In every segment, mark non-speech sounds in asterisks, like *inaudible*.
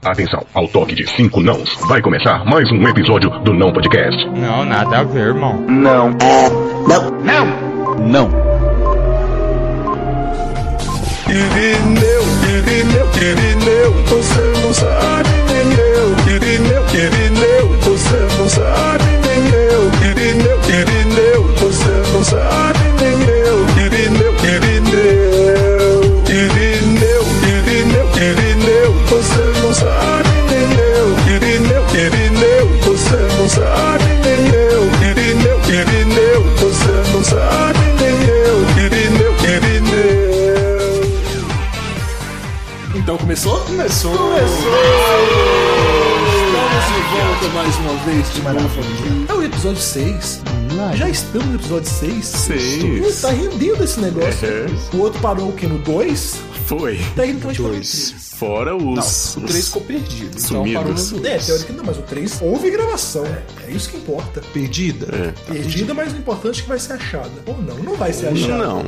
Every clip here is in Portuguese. Atenção, ao toque de cinco nãos, vai começar mais um episódio do Não Podcast. Não, nada a ver, irmão. Não. Não. Irineu, Irineu, Irineu, você não sabe nem eu. Irineu, Irineu, você não sabe nem eu. Irineu, Irineu, você não sabe nem eu. Irineu, Irineu, Irineu, Irineu, Irineu, você não sabe nem eu. Irineu, Irineu, você não sabe nem eu. Irineu, Irineu, você não sabe nem eu. Irineu, Irineu. Então começou? Começou! Estamos de volta mais uma vez de Maravilha. É o episódio 6. Já estamos no episódio 6. Seis. Tá rendendo esse negócio. É. O outro parou o quê? No 2? Foi. Tecnicamente parou no 3. Fora os. O os- 3 ficou perdido. Sumidos. Então parou no É, 2. teórica não, mas o 3 houve gravação. É isso que importa. Perdida? Perdida, mas o importante é que vai ser achada. Ou não, não vai ser achada. Não.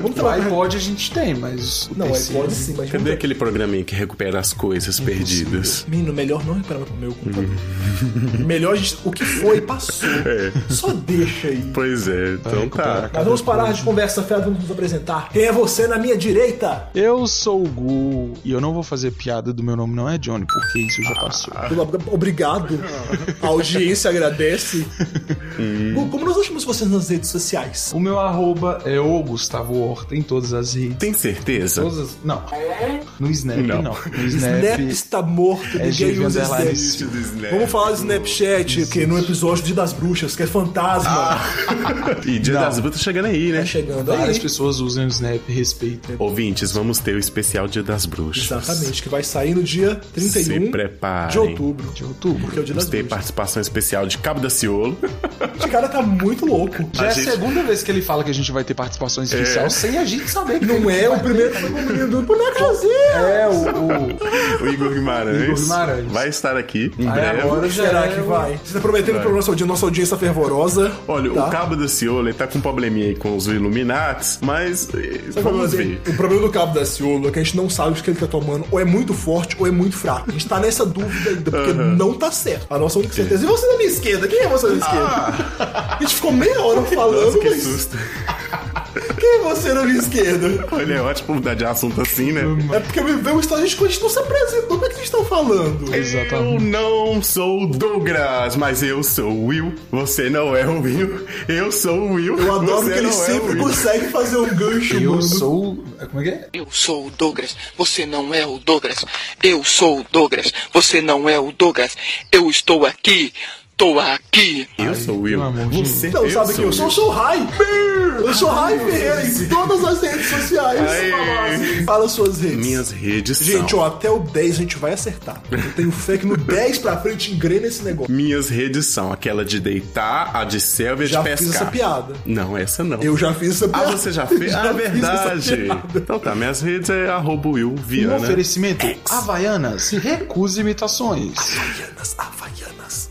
Vamos O trabalhar. iPod a gente tem, mas. o Não, PC iPod sim, mas Cadê vamos aquele programinha que recupera as coisas perdidas? Menino, melhor não reparar pro meu computador. melhor a gente- o que foi, passou. Só deixa aí. Pois é, então tá. Mas vamos parar de conversa fiada, vamos nos apresentar. Quem é você na minha direita? Eu sou o Gu e eu não vou fazer piada do meu nome não é Johnny, porque isso já passou. Pelo- Obrigado. A audiência agradece. Gu, Como nós achamos vocês nas redes sociais? O meu arroba é o Gustavo Horta em todas as redes. Tem certeza? Todas as- Não. No Snap, não. No Snap Snap. está tá morto, É ninguém GV usa underline. Snap. Isso do Snap. Vamos falar do Snapchat, que é no episódio do Dia das Bruxas, que é fantasma. E Dia Não. das Brutas chegando aí, né? Tá chegando aí. Várias Ah. pessoas usam o Snap, respeita. Ouvintes, vamos ter o especial Dia das Bruxas. Exatamente, que vai sair no dia Se 31 preparem. de outubro. De outubro. Que é o dia das Vamos ter bruxas. participação especial de Cabo da Ciolo. *laughs* Esse cara tá muito louco. Já é a gente- segunda vez que ele fala que a gente vai ter participação especial sem a gente saber que Não é o primeiro que foi comigo. *laughs* Por minha casinha. É, o, o- O Igor Guimarães, Igor Guimarães. vai estar aqui em Aí breve. agora já Será é que o- vai? Você tá prometendo pra nossa, audi- nossa audiência fervorosa. Olha, tá? o Cabo da Ciolo ele tá com um probleminha aí com os Illuminates, mas eh, Sabe vamos qual é o ver. problema? O problema do cabo da Ciolo é que a gente não sabe o que ele tá tomando, ou é muito forte ou é muito fraco. A gente tá nessa dúvida ainda, porque não tá certo. A nossa única certeza. E você na minha esquerda? Quem é você na minha esquerda? A gente ficou meia hora falando, Ah. Nossa, que mas susto. quem é você na minha esquerda? Olha, é ótimo mudar de assunto assim, né? É porque me veio um estado, a gente a gente não se apresentou. Como é que vocês estão falando? Eu Exatamente. não sou o Douglas, mas eu sou o Will. Você não é o Will. Eu sou o Will. Eu adoro você que ele não é o sempre Will. consegue fazer um gancho, Eu mano. sou. Como é que é? Eu sou o Douglas, você não é o Douglas. Eu sou o Douglas, você não é o Douglas. Eu estou aqui, tô aqui. Eu sou o Will. pelo amor de Você Então, sabe que eu sou o Showhai. Eu sou Rai Ferreira em todas as redes sociais. Aê. Fala suas redes. Minhas redes Gente, são. ó, até o 10 a gente vai acertar. Eu tenho fé que no 10 pra frente engrena esse *laughs* negócio. Minhas redes são aquela de deitar, a de selva e a de Já pescar. fiz essa piada. Não, essa *laughs* não. Eu já fiz essa Ah, piada. você já fez? Já ah, fiz essa verdade. piada. Então tá, minhas redes é arroba Will Um Viana. oferecimento. Havaianas, recusa imitações. Havaianas, havaianas.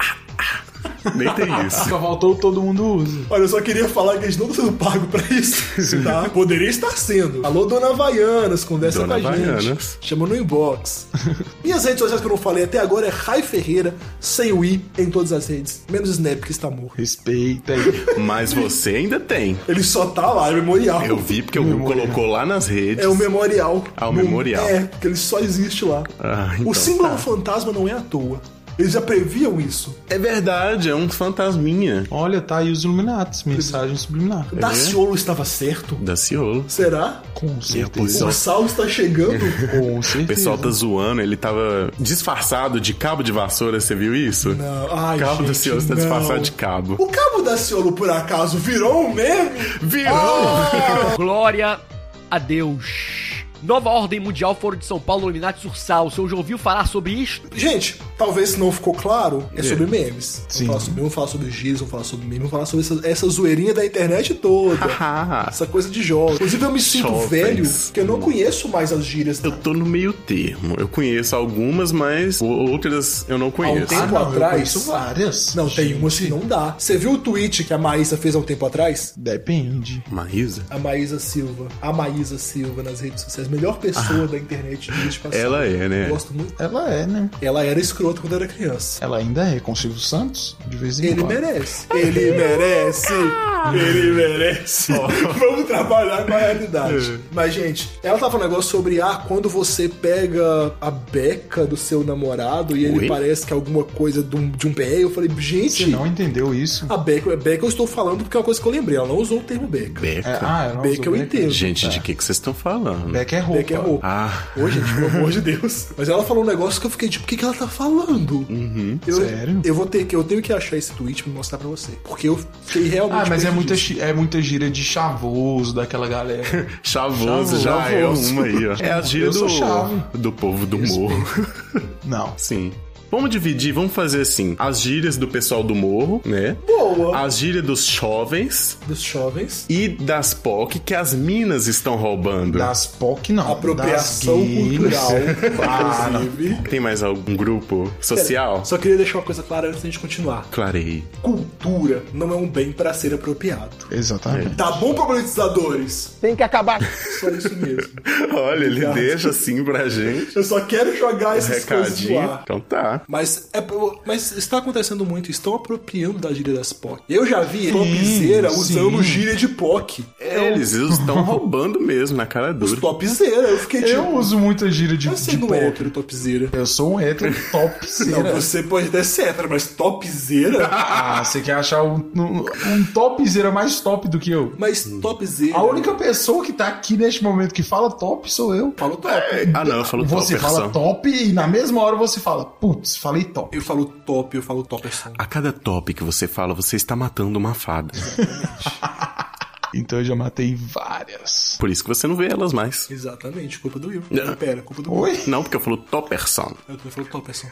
Nem tem isso. Só faltou todo mundo usa. Olha, eu só queria falar que a gente não tá sendo pago pra *laughs* isso, tá? Poderia estar sendo. Alô, Dona Havaianas, conversa Dona com a gente. Havaianas. Chama no inbox. Minhas redes sociais que eu não falei até agora é Rai Ferreira, sem o I, em todas as redes. Menos o Snap, que está morto. Respeita aí. *laughs* Mas você ainda tem. Ele só tá lá, é memorial. Eu vi porque o Will colocou lá nas redes. É o memorial. Ah, o Não- memorial. É, porque ele só existe lá. Ah, então o símbolo tá. do fantasma não é à toa. Eles já previam isso. É verdade, é um fantasminha. Olha, tá aí os Illuminatis, mensagem É subliminar. Daciolo estava certo? Da Ciolo. Será? Com certeza. posição. O Saulo está chegando? *laughs* Com O certeza. pessoal tá zoando, ele tava disfarçado de cabo de vassoura, você viu isso? Não, ai, cabo gente, do senhor não. tá disfarçado de cabo. o cabo Daciolo, por acaso, virou um meme? Virou! Glória a Deus. Nova ordem mundial fora de São Paulo, Illuminati Sursal. O senhor já ouviu falar sobre isto? Gente, talvez se não ficou claro, é Sim. sobre memes. Sim. Vamos falar sobre meme, vamos falar sobre giz, vamos falar sobre meme, vamos falar sobre essa, essa zoeirinha da internet Oh! toda. Haha, essa coisa de jogos. Inclusive, eu me sinto Jovens. Hum. velho, porque eu não conheço mais as gírias. *laughs* Eu tô no meio termo. Eu conheço algumas, mas o- outras eu não um conheço. tempo não, eu atrás- conheço várias. Não, tem Gente, umas que não dá. Você viu o tweet que a Maísa fez há um tempo atrás? Depende. Maísa? A Maísa Silva. A Maísa Silva nas redes sociais. Mas melhor pessoa da internet de dissipação. Ela é, né? Eu Gosto muito. Ela é, né? Ela era escrota quando era criança. Ela ainda é com o Silvio Santos, de vez em Ele quando. merece. Ele merece. Ele merece. *laughs* Vamos trabalhar com a realidade. Mas, gente, ela tava falando um negócio sobre ah, quando você pega a beca do seu namorado e ele Oi? parece que é alguma coisa de um, de um pé. Eu falei, gente. Você não entendeu isso? A beca, beca eu estou falando porque é uma coisa que eu lembrei. Ela não usou o termo beca. Beca. É, ah, ela não Beck usou eu Beck. entendo. Gente, de que que vocês estão falando? Beck é roupa. Beca é roupa. Ah, Ô, gente, pelo amor de Deus. Mas ela falou um negócio que eu fiquei tipo, o que, que ela tá falando? eu, Uhum. sério? Eu vou ter que, eu tenho que achar esse tweet pra mostrar pra você. Porque eu fiquei realmente. Ah, mas é perdido. muita, gi- é muita gíria de chavoso daquela *laughs* galera. chavoso, já Chavoso. é uma aí, ó. É a gíria Eu sou do, chave. do povo do morro. Não. Sim. Vamos dividir, vamos fazer assim: as gírias do pessoal do morro, né? Boa. As gírias dos jovens Dos jovens. e das POC que as minas estão roubando. Das POC, não. Apropriação Das gays. cultural. *laughs* Ah, não. inclusive. Tem mais algum grupo social? Só queria deixar uma coisa clara antes da gente continuar. Clarei. Cultura não é um bem pra ser apropriado. Exatamente. Tá bom, problematizadores? Tem que acabar. Só isso mesmo. Olha, ele Obrigado. deixa assim pra gente. Eu só quero jogar essas coisas no Recadinho. ar. Então tá. Mas, é, mas está acontecendo muito, estão apropriando da gíria das POC. Eu já vi topzeira sim. usando gíria de POC. Eles estão roubando mesmo na cara dura. Topzeira, eu fiquei Eu tipo. uso muita É um gíria de, Eu sei de do POC. hétero topzeira. Eu sou um hétero top Não, zero. você pode até ser hétero, mas *laughs* topzeira? Ah, você quer achar um, um, um topzera mais top do que eu? mas Hum. topzeira. A única pessoa que tá aqui neste momento que fala top sou eu. Falo top. É. Ah, não, eu falo Você top, fala Ersan. top e na mesma hora você fala, putz, falei top. Eu falo top, eu falo toperson. A cada top que você fala, você está matando uma fada. Então eu já matei várias. Por isso que você não vê elas mais. Exatamente, culpa do Will. Não. Pera, culpa do Will. Oi? Não, porque eu falo Topperson. Eu também falo toperson.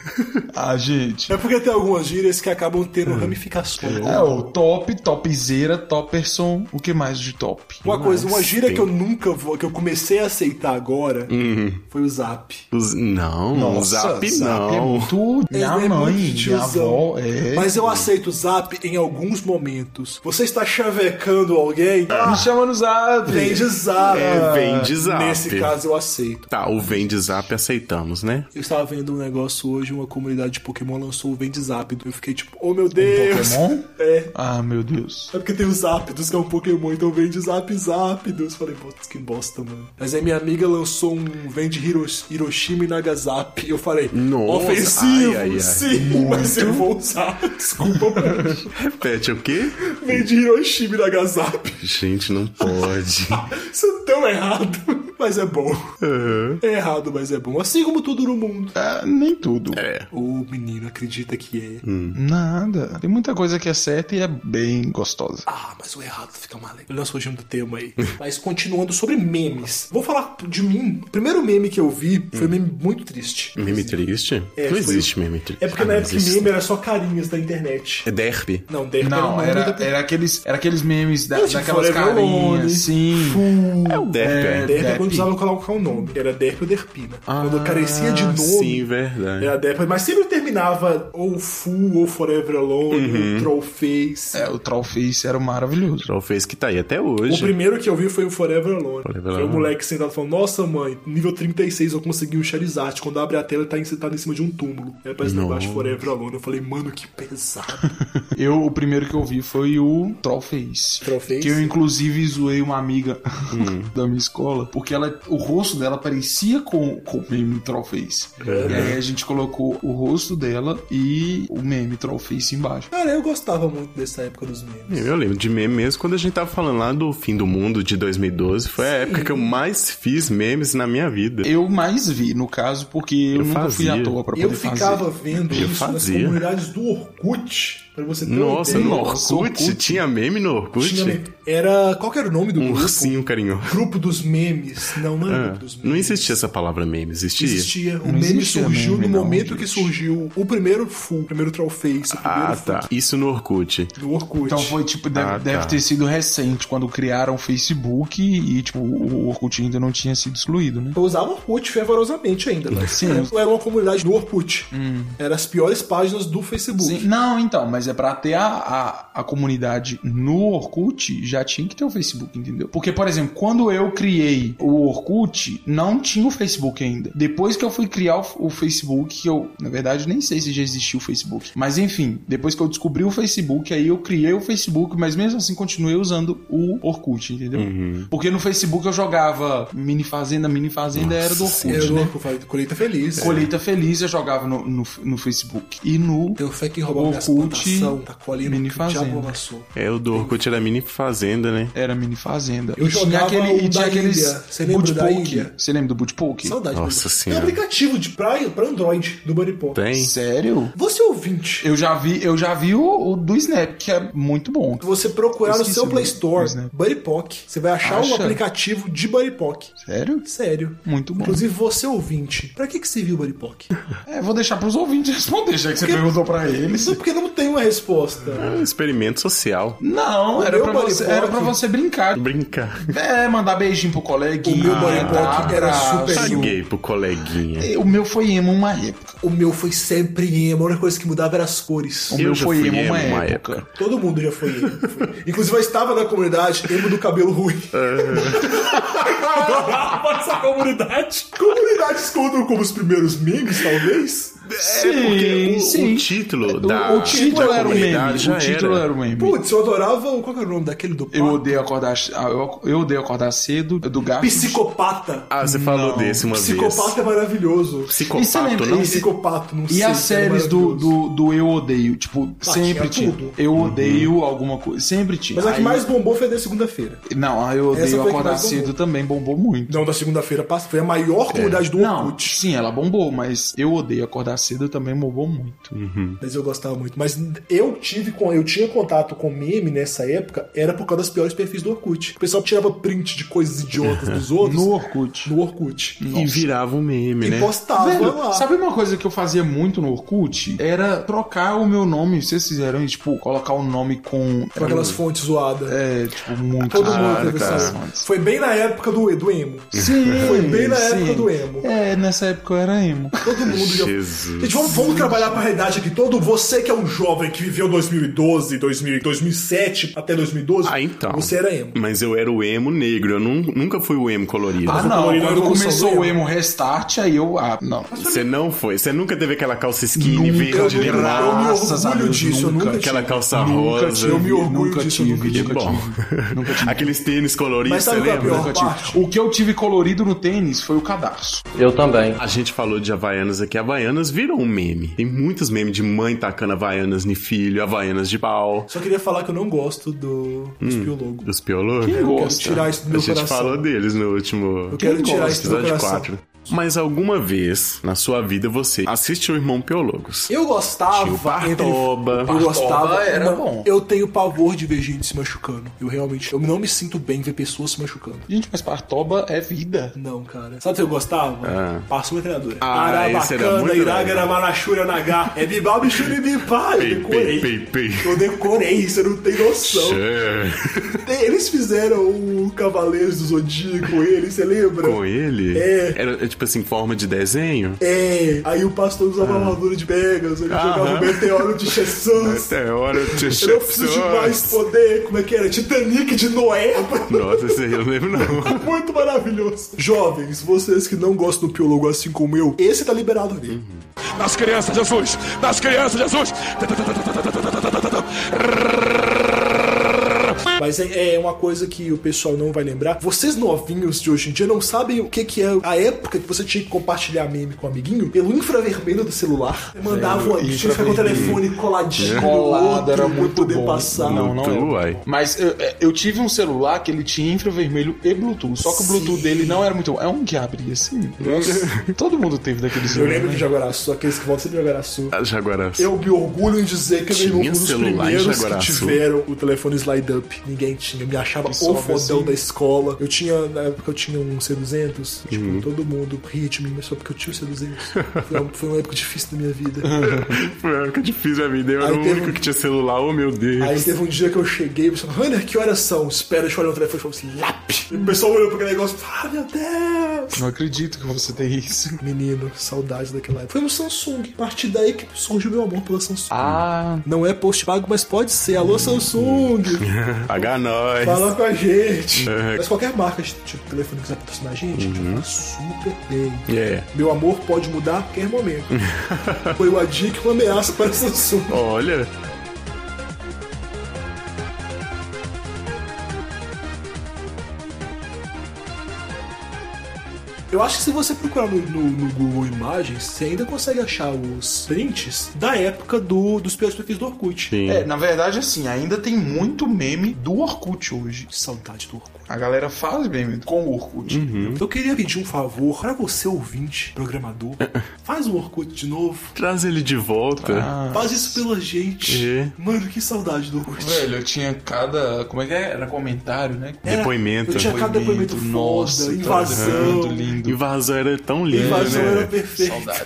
Ah, gente. É porque tem algumas gírias que acabam tendo ramificações. Hum. É o top, topzera, topperson. O que mais de top? Uma coisa, uma gíria tem. Uhum. que eu nunca vou, que eu comecei a aceitar agora, foi o zap. Os- Não, zap, é não. muito... Minha Ele mãe, é muito minha tiozão. avó, é... Mas eu aceito o zap em alguns momentos. Você está chavecando alguém? Me Ah, chama no zap. vem de zap. É, vem de zap. Nesse caso eu aceito. Tá, o vem de zap aceitamos, né? Eu estava vendo um negócio hoje, uma comunidade de Pokémon lançou o Vem de Zap. Eu fiquei tipo, oh meu Deus! Um Pokémon? *laughs* É. Ah, meu Deus. É porque tem o Zapdos, que é um Pokémon, então vem de Zap Zapdos. Falei, putz, que bosta, mano. Mas aí minha amiga lançou um Vem de Hirosh- Hiroshima e Nagasap. Eu falei, Nossa, ofensivo, ai, ai, ai. sim, mas eu vou usar. *laughs* Desculpa, mano. Repete o quê? Vem de Hiroshima e Nagasaki. Gente, não *laughs* pode. Isso é tão errado, mas é bom. É errado, mas é bom. Assim como tudo no mundo. Ah, nem tudo. é. O menino acredita que é. Nada. Tem muita coisa que é certa e é bem gostosa. Ah, mas o errado fica mal. Nós fugimos do tema aí. *laughs* mas continuando sobre memes. Vou falar de mim. O primeiro meme que eu vi foi um meme muito triste. Meme triste? É, Hum. não foi- existe meme triste. É porque Ah, na não época existe. meme era só carinhas da internet. É derp. Não, Derby era o Não, nome era, da- era, aqueles, era aqueles memes da, Era tipo daquelas Forever Alone, carinhas, sim. É o derp, é. Derp é quando Derp. precisava colocar um nome. Era Derp ou Derpina. quando eu carecia de Ah, é nome. Sim, verdade. É a Depra, mas sempre terminava ou Full, ou Forever Alone, Uhum. ou Trollface. É, o Trollface era maravilhoso. O fez que tá aí até O hoje. primeiro que eu vi foi o Forever Alone. Forever foi o Alone. moleque sentado falando: Nossa, mãe, nível 36 eu consegui um Charizard. Quando abre a tela, ele tá sentado em cima de um túmulo. Aí aparece Nossa. embaixo Forever Alone. Eu falei: Mano, que pesado. *laughs* Eu, o primeiro que eu vi foi o Trollface. Trollface? Que eu, inclusive, zoei uma amiga Hum. *laughs* da minha escola, porque ela, o rosto dela parecia com, com o meme Trollface. E aí a gente colocou o rosto dela e o meme Trollface embaixo. Cara, eu gostava muito dessa época dos memes. Eu lembro de meme mesmo quando a gente tava falando lá do fim do mundo de 2012. Foi a época que eu mais fiz memes na minha vida. Eu mais vi, no caso, porque eu, Eu nunca fui fazia. à toa pra poder Eu ficava vendo Eu isso nas fazia. comunidades do Orkut. Pra você ter Nossa, uma no ideia. Nossa, Orkut? Orkut. Tinha meme no Orkut? Tinha- Era. Qual que era o nome do Um grupo? ursinho carinhoso. Grupo dos memes. Não, não era Ah, grupo dos memes. não existia essa palavra meme, existia? existia. O Não meme existia surgiu meme, no não, momento gente. que surgiu o primeiro full, o primeiro trollface, o primeiro Ah, full tá. Isso no Orkut. do Orkut. Então foi tipo, deve, Ah, deve tá. ter sido recente, quando criaram o Facebook e, tipo, o Orkut ainda não tinha sido excluído, né? Eu então, usava Orkut fervorosamente ainda, mas Sim. eu era uma comunidade Hum. do Orkut. Era as piores páginas do Facebook. Sim, não, então, mas é pra ter a, a, a comunidade no Orkut, já tinha que ter o Facebook, entendeu? Porque, por exemplo, quando eu criei o Orkut, não tinha o Facebook ainda. Depois que eu fui criar o, o Facebook, que eu, na verdade, nem sei se já existia o Facebook. Mas enfim, depois que eu descobri o Facebook, aí eu criei o Facebook, mas mesmo assim continuei usando o Orkut, entendeu? Porque no Facebook eu jogava mini fazenda, mini fazenda era do Orkut, Eu né? louco, falei, colheita feliz. Colheita Feliz eu jogava no, no, no Facebook. E no. Teu Então, fé que roubou minhas Orkut, plantação, tá colhendo mini que o diabo fazenda. amassou. É, o do Orkut era mini fazenda, né? Era mini fazenda. Eu e tinha jogava aquele. o E tinha da aqueles. ilha. Você lembra Boot da Poke. ilha? Você lembra do Boot Poke? Saudade. Nossa meu. senhora. Tem um aplicativo de praia pra Android do Bunnypop. Tem. Sério? Você ouvinte, Eu já vi, eu já vi o, o do Snap, que é muito bom. você procurar no Esqueci seu o Play nome, Store mas, né? Bunnypock, você vai achar um Acha? aplicativo de Bunnypock. Sério? Sério. Muito bom. Inclusive você ouvinte, pra que que você viu o Bunnypock? É, vou deixar pros ouvintes *laughs* responder, já que você perguntou pra eles. Isso porque não tem uma resposta. Um experimento social. Não, era meu pra, você, Bodyboard- era pra você brincar. Brincar. É, mandar beijinho pro O coleguinha. meu Bodyboard era abraço. super Paguei pro coleguinha. O meu foi emo uma época. O meu foi sempre emo, a única coisa que mudava era as cores. O meu já foi fui emo emo uma uma época. Todo mundo já foi *laughs* emo. Foi. Inclusive eu estava na comunidade emo do cabelo ruim. Adorava essa comunidade. Comunidade escondam como os primeiros memes, talvez? Sim, É, É, Porque o, o título da o título da era um comunidade meme. já O título era era. um meme. Putz, eu adorava. o- Qual que era o nome daquele do Eu pato? odeio acordar. ah, Eu, eu odeio acordar cedo é do gato. Psicopata. Ah, você falou desse uma vez. Psicopata é maravilhoso. E você Psicopata, lembra- não? Psicopato, não sei. E as cara, séries do, do, maravilhoso. do Eu Odeio, tipo, Ah, sempre tinha tinha. tudo. Eu odeio alguma coisa. Sempre tinha. Mas a que Aí- mais bombou foi a da segunda-feira. Não, a eu Essa foi a odeio que acordar mais bombou. cedo também bombou muito. Não, da segunda-feira passada. Foi a É. maior comunidade do Não, Orkut. sim, ela bombou, mas eu odeio acordar cedo também bombou muito. Mas eu gostava muito. Mas eu tive com. Eu tinha contato com meme nessa época, era por causa das piores perfis do Orkut. O pessoal tirava print de coisas idiotas *laughs* dos outros No Orkut. no Orkut. E virava um meme, né? E postava Velho, lá. sabe uma coisa que eu fazia muito no Orkut? Era trocar o meu nome. Vocês fizeram isso? Tipo, colocar o nome com. Com aquelas fontes zoadas. É, tipo, muito. Todo mundo teve Hum. cara. essa. Foi bem na época do, do emo. Sim, Foi bem na época do emo. É, nessa época eu era emo. Todo mundo já. Jesus. Gente, vamos, vamos trabalhar pra realidade aqui. Todo você que é um jovem que viveu 2012, 2000, 2007 até 2012, Ah, então. você era emo. Mas eu era o emo negro, eu nun- nunca fui o emo colorido. Ah, vou não, colorir na quando evolução começou do o emo restart, aí eu. Ah, não. Você não foi, você nunca teve aquela calça skinny Nunca, verde eu nunca- limão, eu me Graças a orgulho Deus, disso, eu nunca. nunca aquela tive. calça Nunca rosa. tive, eu me orgulho nunca disso, eu nunca tive, nunca Que bom. tive. Nunca tive. Aqueles tênis coloridos, Mas você sabe qual é a lembra? pior Nunca tive. parte? O que eu tive colorido no tênis foi o cadarço. Eu também. A gente falou de Havaianas aqui. Havaianas virou um meme. Tem muitos memes de mãe tacando Havaianas em filho, Havaianas de pau. Só queria falar que eu não gosto do Hum. Espio Logo. Dos piologos. Quem Eu quero gosta? tirar isso é do A meu gente coração. falou deles no último. Eu quero Quem tirar gosta? isso do meu Episódio coração. 4. Mas alguma vez na sua vida você assistiu o Irmão Piologos? Eu gostava. Tinha o Partoba. Eu gostava. era não, bom. Eu tenho pavor de ver gente se machucando. Eu realmente. Eu não me sinto bem ver pessoas se machucando. Gente, mas Partoba é vida. Não, cara. Sabe o que eu gostava? Ah. Passou uma treinadora. Ah, esse era muito legal. Iragana, Manachura, Nagá. É Bibal, Bichuri, Bipá. Eu Pei, decorei. pei, pei, pei. É, Eu decorei isso, eu não tenho noção. Tchê. Tem- Eles fizeram o Cavaleiros do Zodíaco com ele, você lembra? Com ele? É. Era tipo assim, forma de desenho? É, aí o pastor usava a armadura de Pegasus, ele jogava Ah. Aham. É, o meteoro de *laughs* Jesus. Até hora eu te Eu não preciso de mais poder. Como é que era? Titanic de Noé. *laughs* Nossa, esse aí eu não lembro não. Muito maravilhoso. Jovens, vocês que não gostam do piologo assim como eu, esse tá liberado ali. Nas crianças, Jesus! Nas crianças, Jesus! Mas é, é uma coisa que o pessoal não vai lembrar. Vocês novinhos de hoje em dia não sabem o que, que é a época que você tinha que compartilhar meme com o amiguinho pelo infravermelho do celular. Você Mandava uma tinha que ficar com o telefone coladinho. no Colado, outro era pra muito poder bom. passar. Não, não Tu, era. uai. Mas eu, eu tive um celular que ele tinha infravermelho e Bluetooth. Só que o Bluetooth Sim. dele não era muito bom. É um que abria assim. *laughs* Todo mundo teve daquele Eu celular. lembro de né? Jaguaraçu, aqueles que vão sempre de Jaguaraçu. Ah, Já agora. Eu me orgulho em dizer que eu Tinha fui um dos celular em primeiros que Jaguaraçu? tiveram o telefone slide up. Ninguém tinha. Eu me achava Que o sobe fodão assim. da escola. Eu tinha, na época eu tinha um C200. Tipo, Uhum. todo mundo ria de mim, mas só porque eu tinha o *laughs* C200. foi, uma, foi uma época difícil da minha vida. Uhum. Foi uma época é difícil a vida. Eu Aí era o teve único um- que tinha celular, oh meu Deus. Aí teve um dia que eu cheguei e o pessoal falou, Hunter, que horas são? Espera, deixa eu olhar no telefone e falou assim, lap! E o pessoal olhou pra aquele negócio e falou, ah, meu Deus! Não acredito que você tem isso. Menino, saudade daquela época. Foi no Samsung. A partir daí que surgiu meu amor pela Samsung. Ah, Não é post pago, mas pode ser. Alô, Samsung! Uhum. Paga nós. Fala com a gente! É. Uhum. Mas qualquer marca de tipo, de telefone que quiser patrocinar a gente, a gente fala super bem. É. Meu amor pode mudar a qualquer *laughs* momento. Foi uma dica e uma ameaça para a Samsung. Olha. Eu acho que se você procurar no, no- no Google Imagens, você ainda consegue achar os prints da época do, dos primeiros perfis do Orkut. Sim. É, na verdade, assim, ainda tem muito meme do Orkut hoje. Que saudade do Orkut. A galera faz meme com o Orkut. Eu queria pedir um favor pra você, ouvinte, *laughs* programador. Faz o Orkut de novo. Traz ele de volta. Faz isso pela gente. É. Mano, que saudade do Orkut. Velho, eu tinha cada. Como é que é? Era comentário, né? Era- depoimento. Eu tinha É, cada depoimento foda, tá nossa, cada invasão. depoimento lindo. Invasão era tão lindo, Invasão era né? perfeita. Saudades.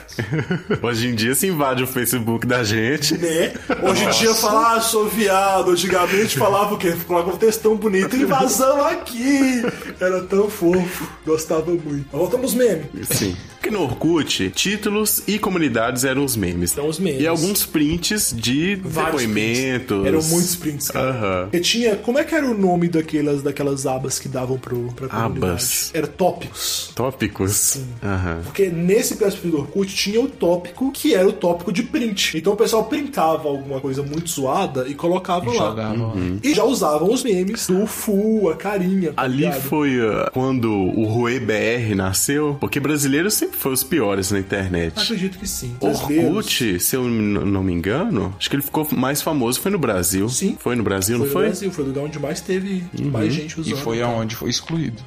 Hoje em dia se invade o Facebook da gente. Né? Hoje em dia falar, ah, sou viado. Antigamente falava o quê? Falava um textão bonito. Invasão aqui! Era tão fofo. Gostava muito. Mas Voltamos meme. Sim. Porque no Orkut, títulos e comunidades eram os memes. Eram os memes. E alguns prints de Vários depoimentos. prints. Eram muitos prints, cara. Aham. Porque tinha. Como é que era o nome daquelas, daquelas abas que davam pro, pra comunidade? Abas. Era tópicos. Tópicos. Aham. Porque nesse perfil do Orkut tinha o tópico que era o tópico de print. Então o pessoal printava alguma coisa muito zoada e colocava lá. Uhum. E já usavam os memes do Fu, a carinha. tá Ali ligado? foi uh, quando o Rui BR nasceu, porque brasileiros sempre foram os piores na internet. Acredito que sim. Brasileiros. Orkut, se eu n- não me engano, acho que ele ficou mais famoso foi no Brasil. Sim. Foi no Brasil, Foi não no foi? Uhum. Brasil, foi o lugar onde mais teve mais gente E usando. foi aonde foi excluído.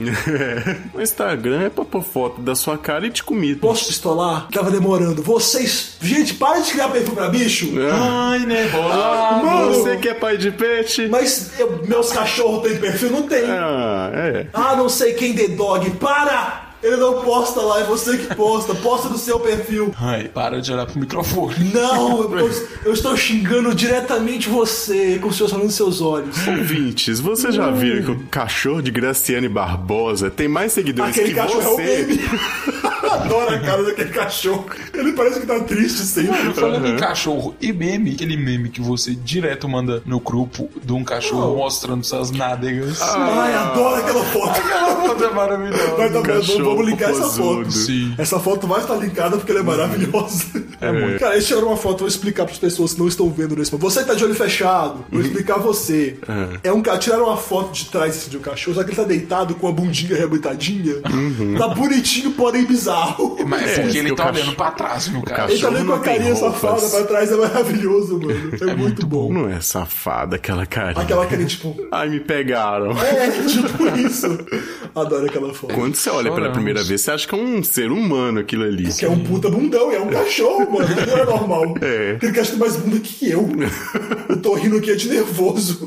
o Instagram é *laughs* pra pôr foto da sua cara e de comida. Posso pistolar? Tava demorando. Vocês. Gente, para de criar perfil pra bicho! É. Ai, né? Ah, mano. Você que é pai de peixe? Mas eu- meus cachorros têm perfil? Não tem. Ah, é. Ah, não sei quem The Dog. Para! Ele não posta lá, é você que posta. Posta no seu perfil. Ai, para de olhar pro microfone. *laughs* Não, eu, tô- eu estou xingando diretamente você com os seus olhos nos seus olhos. Ouvintes, você já viu que o cachorro de Graciane Barbosa tem mais seguidores Aquele que cachorro é o você? meme. *laughs* Adoro a cara daquele cachorro. Ele parece que tá triste sempre. Mano, falando em cachorro e meme, aquele meme que você direto manda no grupo de um cachorro mostrando suas nádegas. Ai, adoro aquela foto. Ah, Aquela foto Ah, é maravilhosa. Vai dar- cachorro vamos linkar essa popozudo. foto. Sim. Essa foto vai estar linkada porque ela é maravilhosa. É muito. Cara, esse era uma foto, eu vou explicar para as pessoas que não estão vendo nesse momento. Você que tá de olho fechado, vou explicar você. Uhum. É, um cara, tiraram uma foto de trás assim, de um cachorro, só que ele tá deitado com a bundinha arrebentadinha. Tá bonitinho, porém bizarro. *laughs* Mas é porque porque ele o tá cachorro- olhando pra trás, meu cara. cachorro- Ele tá meio com a não tem carinha roupas. safada pra trás, é maravilhoso, mano. É, muito bom. Não é safada aquela cara. Aquela carinha, tipo. Ai, me pegaram. É, tipo isso. Adoro aquela foto. Quando você olha pela Choramos. primeira vez, você acha que é um ser humano aquilo ali. Que é um puta bundão, e é um cachorro, mano. Não é normal. É. Aquele cachorro tem mais bunda que eu. Eu tô rindo aqui é de nervoso.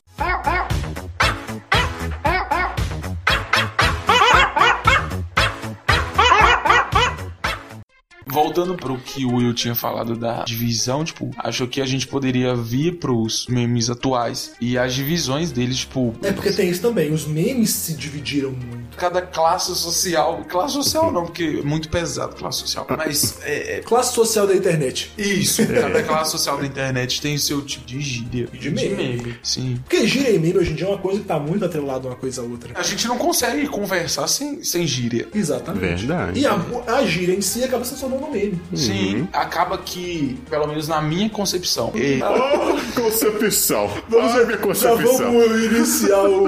Voltando pro que o Will tinha falado da divisão, tipo, acho que a gente poderia vir pros memes atuais e as divisões deles, tipo, É porque tem isso também, os memes se dividiram muito. cada classe social. Classe social não, porque é muito pesado classe social. Mas é. é- Classe social da internet. Isso, É. cada classe social da internet tem o seu tipo de gíria. de meme. Sim. Porque gira e meme hoje em dia é uma coisa que tá muito atrelada uma coisa a outra. A gente não consegue conversar sem, sem gíria. Exatamente. É Verdade. E a, a gira em si acaba se tornando um meme. Uhum. Sim, acaba que, pelo menos na minha concepção, Oh, concepção. já vamos iniciar o, o,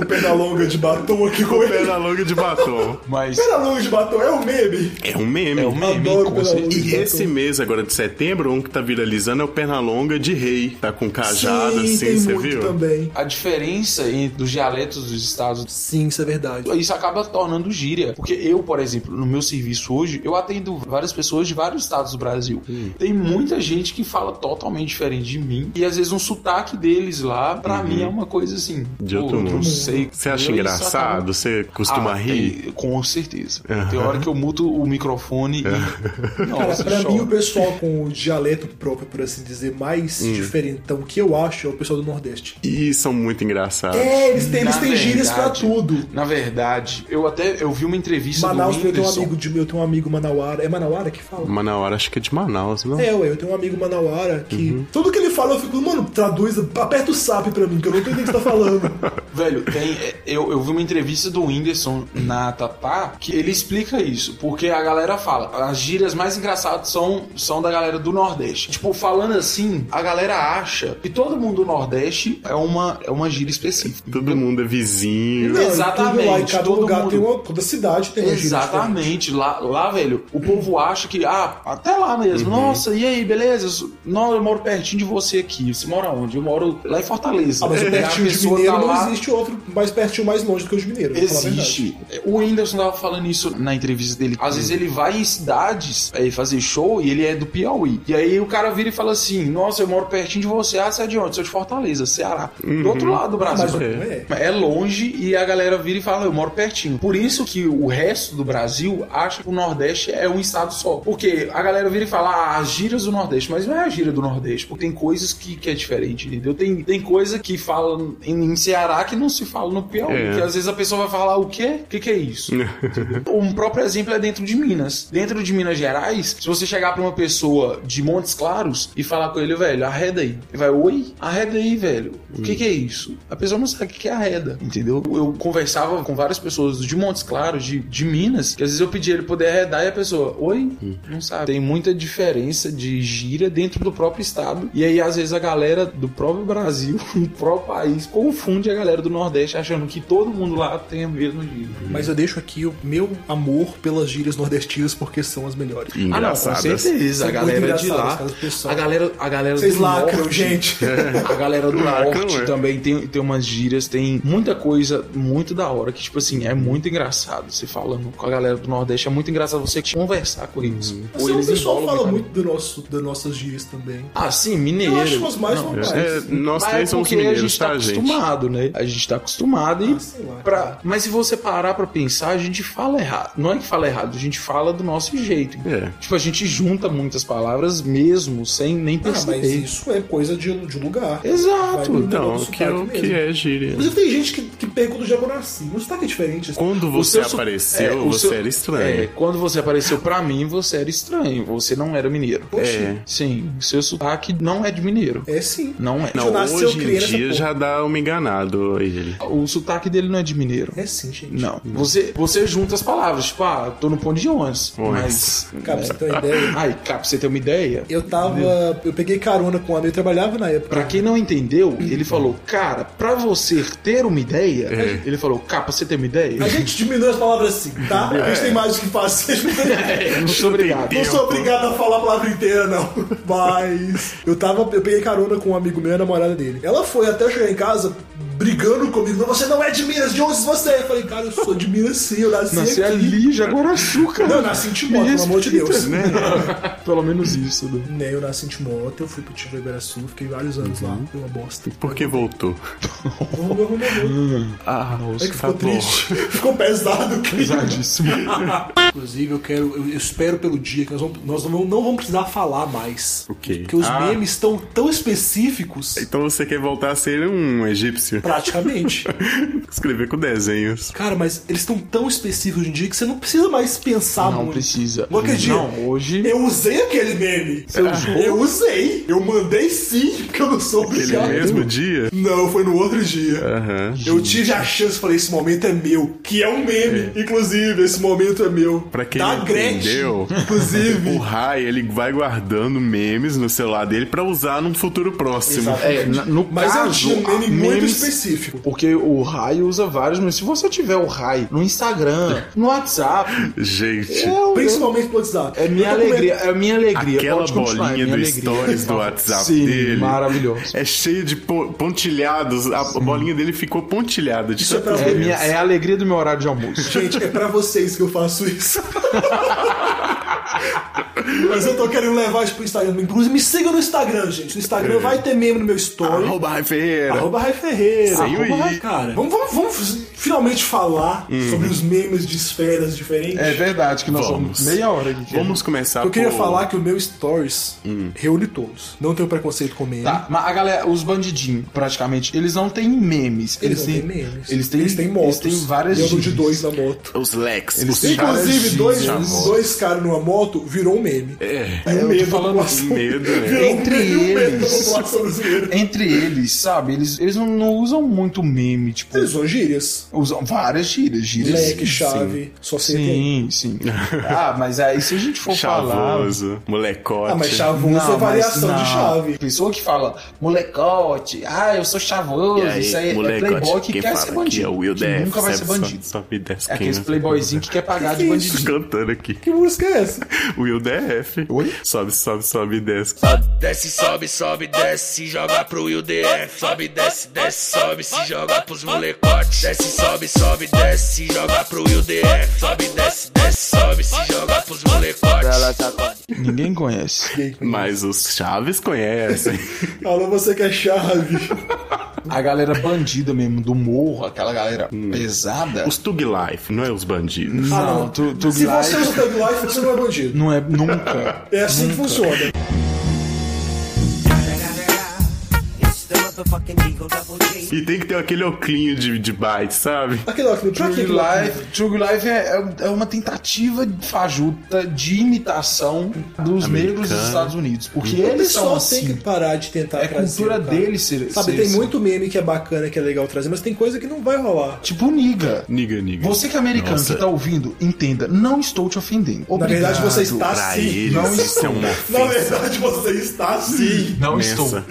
o Pernalonga de batom aqui com ele. Pena longa de batom. Mas Pernalonga de batom é um meme. É um meme. é um meme, Adoro com certeza. Pernalonga de E batom. esse mês agora de setembro, um que tá viralizando é o Pernalonga de Rei. Tá com cajado assim, tem você muito viu? também. A diferença entre os dialetos dos estados Sim, isso é verdade. isso acaba tornando gíria. Porque eu, por exemplo, no meu serviço hoje, eu atendo várias pessoas de vários estados do Brasil. Hum. Tem muita gente que fala totalmente diferente de mim. E às vezes um sotaque deles lá, pra mim, é uma coisa assim. Uhum. De pô, outro mundo. Não sei. Você acha Isso engraçado? acaba- Você costuma Ah, rir? tem- com certeza. Aham. É. Tem hora que eu muto o microfone e. *laughs* Cara, Nossa, pra mim o choro. pessoal com o dialeto próprio, por assim dizer, mais diferentão que eu acho é o pessoal do Nordeste. E são muito engraçados. É, eles têm, eles Na têm gírias pra verdade, tudo. Na verdade, eu até eu vi uma entrevista Manaus, do eu tenho um Whindersson. amigo de eu tenho um amigo Manauara. É Manauara que fala? Manaus, acho que é de Manaus, não? É, ué, eu tenho um amigo Manauara que. Tudo que ele fala, eu fico, mano, traduz, aperta o SAP pra mim, que eu não entendi o que você tá *laughs* falando. Velho, tem. é, Eu, eu vi uma entrevista do Whindersson na Tatá que ele explica isso. Porque a galera fala, as gírias mais engraçadas são, são da galera do Nordeste. Tipo, falando assim, a galera acha que todo mundo do Nordeste é uma, é uma gíria específica. Todo mundo é Ah, vizinho. Não, e tudo Exatamente, Lá, em cada todo lugar mundo. tem uma. Toda cidade tem uma gíria diferente. Exatamente, lá, lá, velho, o povo acha que, ah, até lá mesmo, Uhum. nossa, e aí, beleza? Não, eu moro pertinho de você aqui. Você mora onde? Eu moro lá em Fortaleza. Ah, mas Aí o a pertinho de pessoa Mineiro tá não lá- existe outro mais pertinho, mais longe do que o de Mineiro. pra falar a verdade. Existe. O Whindersson tava falando isso na entrevista dele. Às vezes ele vai em cidades aí, fazer show e ele é do Piauí. E aí o cara vira e fala assim: Nossa, eu moro pertinho de você. Ah, você é de onde? Sou de Fortaleza, Ceará. Do outro lado do Brasil. Uhum. Mas não é. É longe e a galera vira e fala, eu moro pertinho. Por isso que o resto do Brasil acha que o Nordeste é um estado só. Porque a galera vira e fala, ah, as gírias do Nordeste, mas não é a gíria do Nordeste, porque tem coisas que, que é diferente, entendeu? Tem, tem coisa que fala em, em Ceará que não se fala no Piauí. É. Que às vezes a pessoa vai falar, o quê? O que, que é isso? um próprio exemplo é dentro de Minas. Dentro de Minas Gerais, se você chegar pra uma pessoa de Montes Claros e falar com ele, velho, arreda aí. Ele vai, oi? Arreda aí, velho. O que, que é isso? A pessoa não sabe o que que é arreda, entendeu? Eu conversava com várias pessoas de Montes Claros, de, de Minas, que às vezes eu pedia ele poder arredar e a pessoa, oi? Não sabe. Tem muita diferença de gira dentro do próprio estado. E aí, às vezes, a galera do próprio Brasil, *laughs* do próprio país, confunde a galera do Nordeste achando que todo mundo lá tem a mesma gira. Mas eu deixo aqui o meu amor pelas gírias nordestinas porque são as melhores. E engraçadas. Ah, não, com certeza. A São galera muito de engraçadas, lá. cara, as pessoas. A galera, a galera Vocês do lacram, norte, *laughs* gente. *laughs* A galera do Lacram, norte é. também tem, tem umas gírias, tem muita coisa muito da hora que, tipo assim, é muito engraçado. Você falando com a galera do Nordeste, é muito engraçado você conversar com eles. Ou Assim, o eles pessoal enrolam, fala cara. muito do nosso, das nossas gírias também. Ah, sim, mineiro. Eu acho umas mais Não, normais. É, nós Mas três é somos porque a mineiros, gente tá tá, gente? acostumado, né? A gente tá acostumado e. Ah, sei lá, pra- cara. Mas se você parar pra pensar, a gente fala errado. Não é que fala errado, a gente fala do nosso jeito. É. Tipo, a gente junta muitas palavras mesmo, sem nem Ah, mas perceber. isso é coisa de, de lugar. Vai Exato. mudando Então, do que é o sotaque que mesmo. é gíria. Inclusive tem gente que, que pergunta o Jaboraci. O sotaque é diferente. Quando O você seu so- apareceu, é, o você seu- era estranho. É, quando você apareceu pra mim, você era estranho. Você não era mineiro. É. Sim, seu sotaque não é de mineiro. É sim. Não é. Não, eu nasci, eu hoje criei em nessa dia porra. já dá uma enganado ele. O sotaque dele não é de mineiro. É sim, gente. Não. Você, você junta as palavras, tipo, ah, tô no ponto de ônibus. Ônibus. Mas. Cara, pra você É. ter uma ideia. Ai, cara, pra você ter uma ideia. Eu tava. Eu peguei carona com um amigo, eu trabalhava na época. Pra quem não entendeu, ele falou, cara, pra você ter uma ideia, É. ele falou, cara, pra você ter uma ideia, A gente diminui as palavras assim, tá? *laughs* É. A gente tem mais o que fazer. não sou obrigado. Não sou obrigado a falar a palavra inteira, não. *laughs* Mas. Eu tava. Eu peguei carona com um amigo meu e a namorada dele. Ela foi até eu chegar em casa brigando comigo. Não, você não é de Minas, de onde você é? Eu falei, cara, eu sou de Minas sim, eu nasci Nasci aqui. ali, Jaguaraçu, cara. Não, eu nasci em Timóteo, Me pelo amor de Deus. respeita, né? *laughs* Pelo menos isso, né? Né, eu nasci em Timóteo, eu fui pro Tiro Iberaçu, fiquei vários anos lá, foi uma bosta. Porque voltou. Arrumou, arrumou, arrumou. Ah, É que ficou triste, ficou pesado, cara. Pesadíssimo. *laughs* Inclusive, eu quero, eu, eu espero pelo dia que nós, vamos- nós não, vamos- não vamos precisar falar mais. O quê? Porque os Ah. memes estão tão específicos, Então você quer voltar a ser um egípcio? praticamente. Escrever com desenhos. Cara, mas eles estão tão específicos hoje em dia que você não precisa mais pensar Não Ah, muito. precisa. Não acredito. Não, hoje- Eu usei aquele meme. Você usou? Eu usei. Eu mandei sim, porque eu não sou Aquele obrigado. mesmo É. dia? Não, foi no outro dia. Aham. Eu tive a chance, falei, esse momento é meu, que é um meme, inclusive, esse momento é meu. Pra quem da não Gretchen, entendeu, o *laughs* inclusive. Rai, ele vai guardando memes no celular dele pra usar num futuro próximo. Exato. É, na- no Mas eu caso, tinha um meme há muito memes específico. Porque o raio usa vários, mas se você tiver o raio no Instagram, no WhatsApp, é Gente, eu- Principalmente pro WhatsApp. é minha Eu tô com alegria, é minha alegria. aquela Pode continuar, é bolinha do minha alegria. stories do WhatsApp Sim, dele. maravilhoso. É cheia de po- pontilhados. A bolinha dele ficou pontilhada. Tipo, De Isso é pra tanto É, ver. minha, é a alegria do meu horário de almoço. Gente, é pra vocês que eu faço *laughs* isso. Mas eu tô querendo levar isso pro Instagram. Inclusive, me sigam no Instagram, gente. No É. Instagram vai ter meme no meu story. Arroba Rai Ferreira. Arroba Rai Ferreira. Sem o Arroba i. Rai- Cara, vamos, vamos- vamos finalmente falar sobre os memes de esferas diferentes. Uhum. É verdade que nós Vamos. somos meia hora aqui. Vamos começar Eu queria por- falar que o meu stories reúne todos. Não tenho preconceito com meme. Uhum. Tá, mas a galera, os bandidinhos, praticamente, eles não têm memes. Eles, não têm têm memes. Eles têm, eles têm motos. Eles têm várias E eu ando de gírias. dois na moto. Os Lex. Eles os têm caras Inclusive, Cara, é dois, gírias. dois caras numa moto virou um meme. É. E o eu tô medo da falando população. medo, né? Virou um Entre meme, e o medo da eles. população brasileira. Entre eles, sabe? Eles, eles não, não usam muito meme, tipo. Eles são gírias. Usam várias gírias, gírias. Leque, chave, só sei é. tem. Sim, sim. Ah, mas aí se a gente for falar. Chavoso. Molecote. Ah, mas chavoso é mas variação não. de chave. Pessoa que fala molecote, ah, eu sou chavoso, E aí, isso aí é molecote, playboy que quem quer fala ser aqui bandido. É o Will que Def, nunca vai ser sabe? bandido. Só, só me desce É aqueles quem- né? playboyzinho que quer pagar de bandido. *laughs* Cantando aqui. Que música é essa? Will DF. Oi? Sobe, sobe, sobe, desce. Desce, sobe, sobe, desce, joga pro Will DF. Sobe, desce, desce, sobe, se joga pros molecotes. Desce, sobe, sobe, desce, joga pro Will DF. Sobe, desce, desce, sobe, se joga pros molecotes. Ninguém conhece. Mas os *laughs* Chaves conhecem. Alô, você que é chave. A galera bandida mesmo, do morro, aquela galera Hum. pesada. os Tug Life, não é os bandidos. Ah, não. Não, tu, tu Se Glide- você é um thug life, você não é bandido. Não é *laughs* nunca. É assim que funciona. E tem que ter aquele oclinho de, de bite, sabe? Aquele óculos, pra que True aquele óculos? Life, True Life é, é- é uma tentativa fajuta de imitação dos negros dos Estados Unidos. Porque O eles são pessoal assim. tem que parar de tentar É trazer, cultura cara. deles ser. Sabe, ser tem assim. muito meme que é bacana, que é legal trazer, mas tem coisa que não vai rolar. Tipo niga. Niga, niga. Você que é americano Nossa. que tá ouvindo, entenda, não estou te ofendendo. Na Obrigado. verdade, você está Pra sim. eles, não isso é uma Na ofensa. verdade, você está sim. Não Imensa. estou.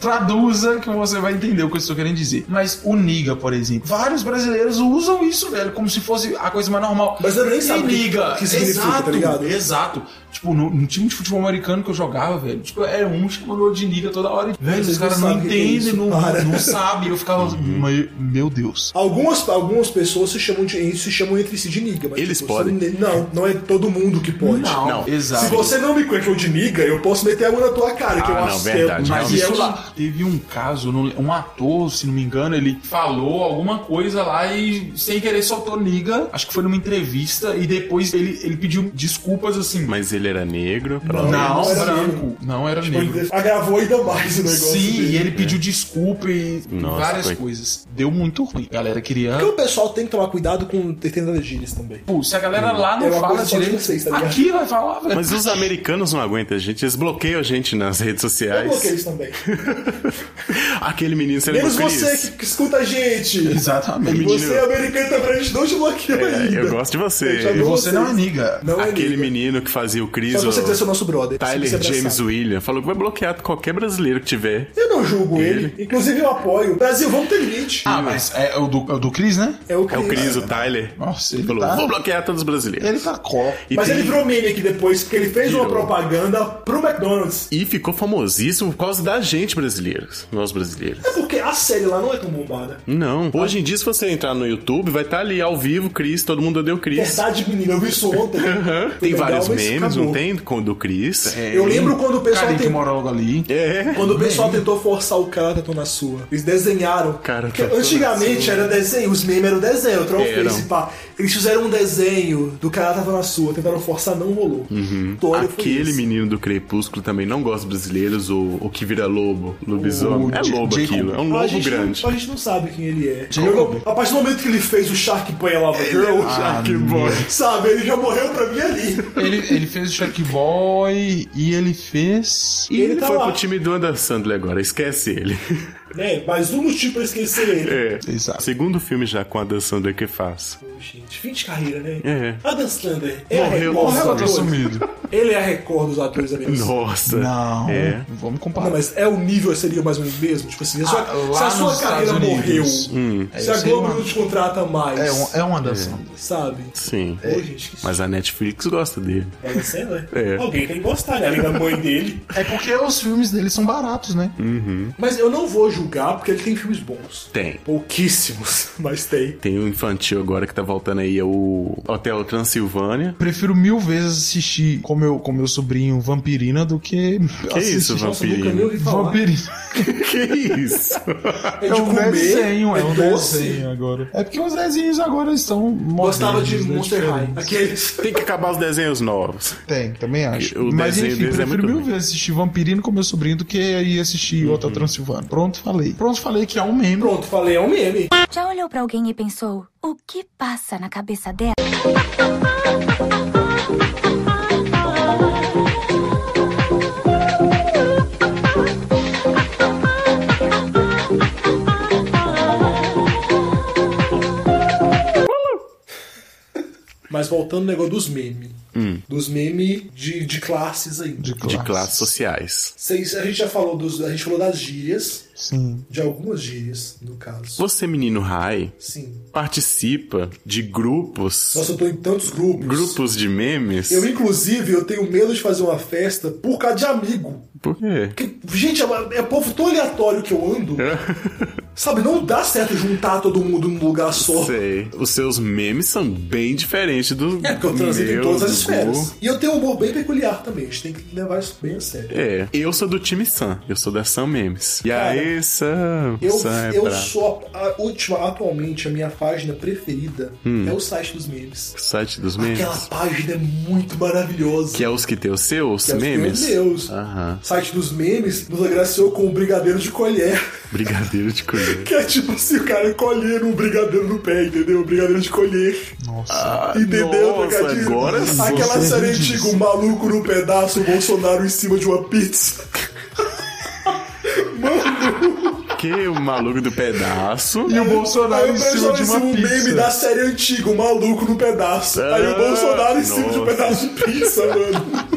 Traduza que você vai entender o que eu estou querendo dizer. Mas o niga, por exemplo, vários brasileiros usam isso, velho, como se fosse a coisa mais normal. Mas eu nem sabe o que- niga. o que significa, exato, tá ligado? Exato. Tipo, no, no time de futebol americano que eu jogava, velho, tipo, era um chamando eu de niga toda hora. Velho, Vocês os caras não não sabem o que é isso, entendem, não, para. não sabem. Eu ficava, Uhum. "Mas, meu Deus. Algumas, algumas pessoas se chamam, de, se chamam entre si de niga, mas Eles você podem. ne- Não, não é todo mundo que pode. Não. exato. Se você não me conheceu de niga, eu posso meter a mão na tua cara, que Ah, eu não, acho verdade, que é, Mas realmente. que é isso um- lá, teve um caso, eu não le- um ator, se não me engano, ele falou alguma coisa lá e sem querer soltou niga, acho que foi numa entrevista, e depois ele, ele pediu desculpas assim. Mas ele era negro. pra- Não, não era branco, negro. não era negro. Agravou ainda mais o negócio. assim. Sim, dele. é. e ele pediu desculpa e Nossa, várias coitado. coisas. Deu muito ruim. A galera queria. Porque o pessoal tem É que tomar cuidado com determinadas gírias também. Pô, se a galera lá É não uma fala coisa só de direito, vocês, tá ligado? aqui vai falar, velho. Mas os americanos não aguentam a gente. Eles bloqueiam a gente nas redes Eu bloqueio sociais. isso *laughs* também. Aquele menino, você lembra Menos o você Cris? que, que escuta a gente. Exatamente. menino- Você é americano também, a gente não te bloqueia É, ainda. eu gosto de Eu te você. adoro. E você vocês. não é niga. Não é Aquele niga. menino que fazia o Cris, Só se o você quiser ser nosso brother. você Tyler tem que se James abraçar. William, falou que vai bloquear qualquer brasileiro que tiver. Eu não julgo ele. Inclusive, eu apoio. Brasil, vamos ter limite. Ah, mas é o do, é o do Cris, né? É o É o Cris, o Tyler. Nossa, ele Ele falou, tá- vou bloquear todos os brasileiros. Ele tá copo. E, Mas tem- ele virou meme aqui depois, porque ele fez uma Virou. propaganda pro McDonald's. e ficou famosíssimo por causa da gente brasileiros. Nós brasileiros. É porque a série lá não é tão bombada. Não. Hoje em dia, se você entrar no YouTube, vai estar ali ao vivo, Cris, todo mundo deu Cris. Verdade, menino, eu vi isso *laughs* ontem. Foi Tem legal, vários mas memes, acabou. não tem? Com o do Cris. É. Eu lembro quando o pessoal Carinha que tem- mora logo ali. É. Quando o pessoal tentou forçar o cara, tentou na sua. Eles desenharam. Cara, Porque tá tudo antigamente era desenho, os memes eram desenho, Eram. trollface, pá. Eles fizeram um desenho do cara tava na sua, tentaram forçar, não rolou. Tório foi Uhum. Aquele isso. menino do Crepúsculo também não gosta dos brasileiros, o, o que vira lobo, lobisomem. O É J- lobo Jacob. aquilo, é A um lobo gente, não- grande. a gente não sabe quem ele é. Jacob. Eu- a partir do momento que ele fez o Shark Boy I Love a Girl, Ah, que bom. sabe, ele já morreu pra mim ali. Ele, ele fez o Shark Boy e ele fez. E ele ele tá foi lá. pro time do Anderson agora, esquece ele. *laughs* É, mais um motivo pra esquecer ele. É. Exato. Segundo filme já com a Dan Sandler que faz. Pô, gente, fim de carreira, né? É. Adam Sandler é Morreu, a Record dos morreu, atores. Sumido. Ele é a Record dos atores americanos. Nossa. Não, É. não vamos Não, comparar. mas é o nível, seria mais ou menos mesmo? Tipo assim, se a sua, Ah, lá se a sua nos carreira Estados morreu, Unidos. se a Sim, Globo mano. não te contrata mais, É, um, é uma dança. sabe? Sim. Pô, gente, que Mas a Netflix gosta dele. Adam Sandler? É. né? Alguém tem que gostar, né? Além da mãe dele. É. porque os filmes dele são baratos, né? Hum. Mas eu não vou julgar, porque ele tem filmes bons. Tem. Pouquíssimos, *laughs* mas tem. Tem o infantil agora que tá voltando aí, é o Hotel Transilvânia. Prefiro mil vezes assistir com meu, com meu sobrinho Vampirina do que. Que isso, Nossa, eu nunca nem vampiro? ouvi falar. Vampirina. Que isso? né? É de É um comer, desenho, é um doce. desenho agora. É porque os desenhos agora estão. Gostava modernos, de né, Monster High. é diferentes. Aqueles. Tem que acabar os desenhos novos. Tem, também acho. O Mas desenho enfim, deles é prefiro muito mil ruim. vezes assistir Vampirino com meu sobrinho do que ir assistir Hotel Transilvânia. Pronto, falei. Pronto, falei que é um meme. Pronto, falei, é um meme. Já olhou pra alguém e pensou: o que passa na cabeça dela? Mas voltando no negócio dos memes. Hum. Dos memes de, de classes ainda. De classe. De classes sociais. Vocês- a gente já falou dos. A gente falou das gírias. Sim. De algumas gírias, no caso. Você, menino Rai, Sim. participa de grupos. Nossa, eu tô em tantos grupos. Grupos de memes? Eu, inclusive, eu tenho medo de fazer uma festa por causa de amigo. Por quê? Porque, gente, é, é povo tão aleatório que eu ando. É. Sabe, não dá certo juntar todo mundo num lugar só. Sei. Os seus memes são bem diferentes do É, porque eu transito em meu, todas as do esferas. Gu. E eu tenho um humor bem peculiar também, a gente tem que levar isso bem a sério. É, eu sou do time Sam, eu sou da Sam Memes. E Cara, aí, Sam, Eu, Sam é eu brabo. sou a, a última, atualmente, a minha página preferida é o site dos memes. O site dos Hum. memes. Aquela página é muito maravilhosa. Que é os que tem os seus Que é os memes? Ah. meus. Aham. site dos memes nos agraciou com o brigadeiro de colher. *laughs* Brigadeiro de colher. Que é tipo assim, o cara colhendo um brigadeiro no pé, entendeu? Um brigadeiro de colher. Nossa. Ah, Entendeu, nossa, trocadilho? agora sim. Aquela Você série me diz. antiga, o maluco no pedaço, o Bolsonaro em cima de uma pizza. que é o maluco do pedaço. E o Bolsonaro Aí em o cima pessoal de em uma cima, um meme da pizza. É, série antiga, o maluco no pedaço. Aí Ah, o Bolsonaro em cima de um nossa. pedaço de *laughs* pizza, mano.